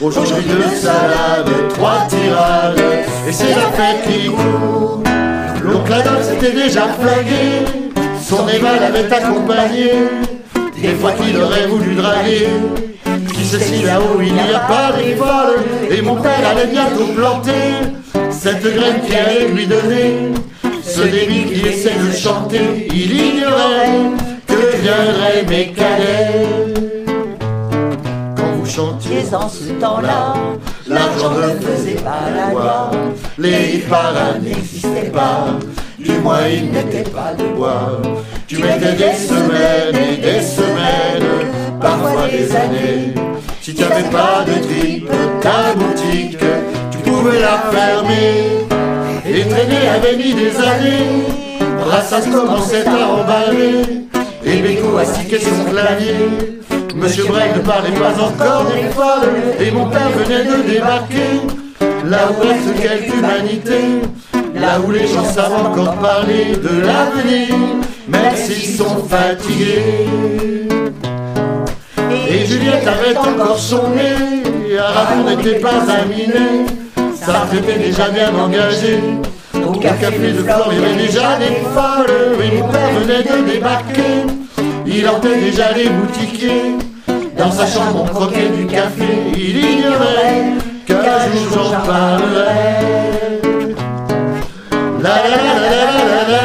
[SPEAKER 5] Aujourd'hui deux salades, trois tirades, et c'est la fête qui court. L'oncle Adam s'était déjà flagué, son éval avait accompagné. Des fois qu'il aurait voulu draguer, qui ceci là-haut il n'y a pas d'évol, et mon père allait bientôt planter cette graine qui allait lui donner. Ce débit qui essaie de chanter, il ignorait que viendraient mes cadets. Quand vous chantiez en ce temps-là, l'argent ne faisait pas la loi. Les hits paras n'existaient pas, du moins ils n'étaient pas de bois. Tu mettais des semaines et des semaines, parfois des années. Si tu n'avais pas de tripe, ta boutique, tu pouvais la fermer. Et traîner avait mis des années, Brassas commençait à emballer. Et Béco a siqué son clavier. Monsieur Brel ne parlait pas encore des folles, et mon père venait de débarquer. Là où reste quelque humanité, là où les gens savent encore parler de l'avenir, même s'ils sont fatigués. Et Juliette avait encore son nez, Aragon n'était pas un minet, sa était déjà bien engagée. Au café de Flore, il y avait déjà des folles, et mon père venait de débarquer. Il hantait déjà les boutiquiers, dans sa chambre on croquait du café, il ignorait qu'un jour j'en parlerai. La la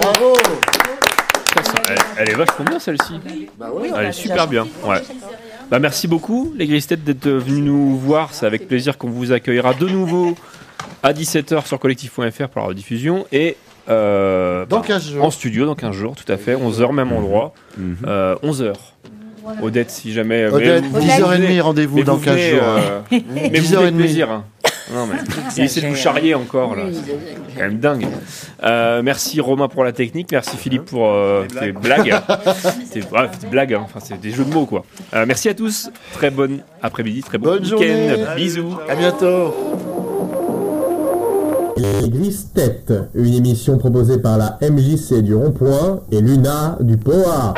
[SPEAKER 5] Bravo
[SPEAKER 2] Elle, elle est vachement bien celle-ci.
[SPEAKER 8] oui, on
[SPEAKER 2] elle
[SPEAKER 8] l'a
[SPEAKER 2] est
[SPEAKER 8] déjà
[SPEAKER 2] super bien.
[SPEAKER 8] sorti.
[SPEAKER 2] Ouais. Bah, merci beaucoup les Gristettes d'être venus nous voir. C'est avec plaisir qu'on vous accueillera de nouveau à 17h sur collectif.fr pour la rediffusion et euh, bah, en studio dans 15 jours, tout à fait, 11h même endroit, 11h. Odette, si jamais. euh, mais
[SPEAKER 5] Mhm. Odette,
[SPEAKER 2] vous-
[SPEAKER 5] 10h30,
[SPEAKER 2] vous venez-
[SPEAKER 5] rendez-vous
[SPEAKER 2] mais
[SPEAKER 5] dans
[SPEAKER 2] vous
[SPEAKER 5] 15
[SPEAKER 2] venez,
[SPEAKER 5] jours,
[SPEAKER 2] euh,
[SPEAKER 5] hein.
[SPEAKER 2] mais vous
[SPEAKER 5] 10h30.
[SPEAKER 2] faites plaisir. hein. Non, mais il essaie de vous charrier encore là. C'est quand même dingue. Euh, merci Romain pour la technique, merci Philippe pour euh, tes blagues. tes, ouais, tes blagues, hein. enfin c'est des jeux de mots quoi. Euh, merci à tous, très bonne après-midi, très bon
[SPEAKER 5] Bonne journée.
[SPEAKER 2] week-end, bisous.
[SPEAKER 5] À bientôt.
[SPEAKER 3] Les Grises Têtes, une émission proposée par la MJC du Rond-Point et Luna du POA.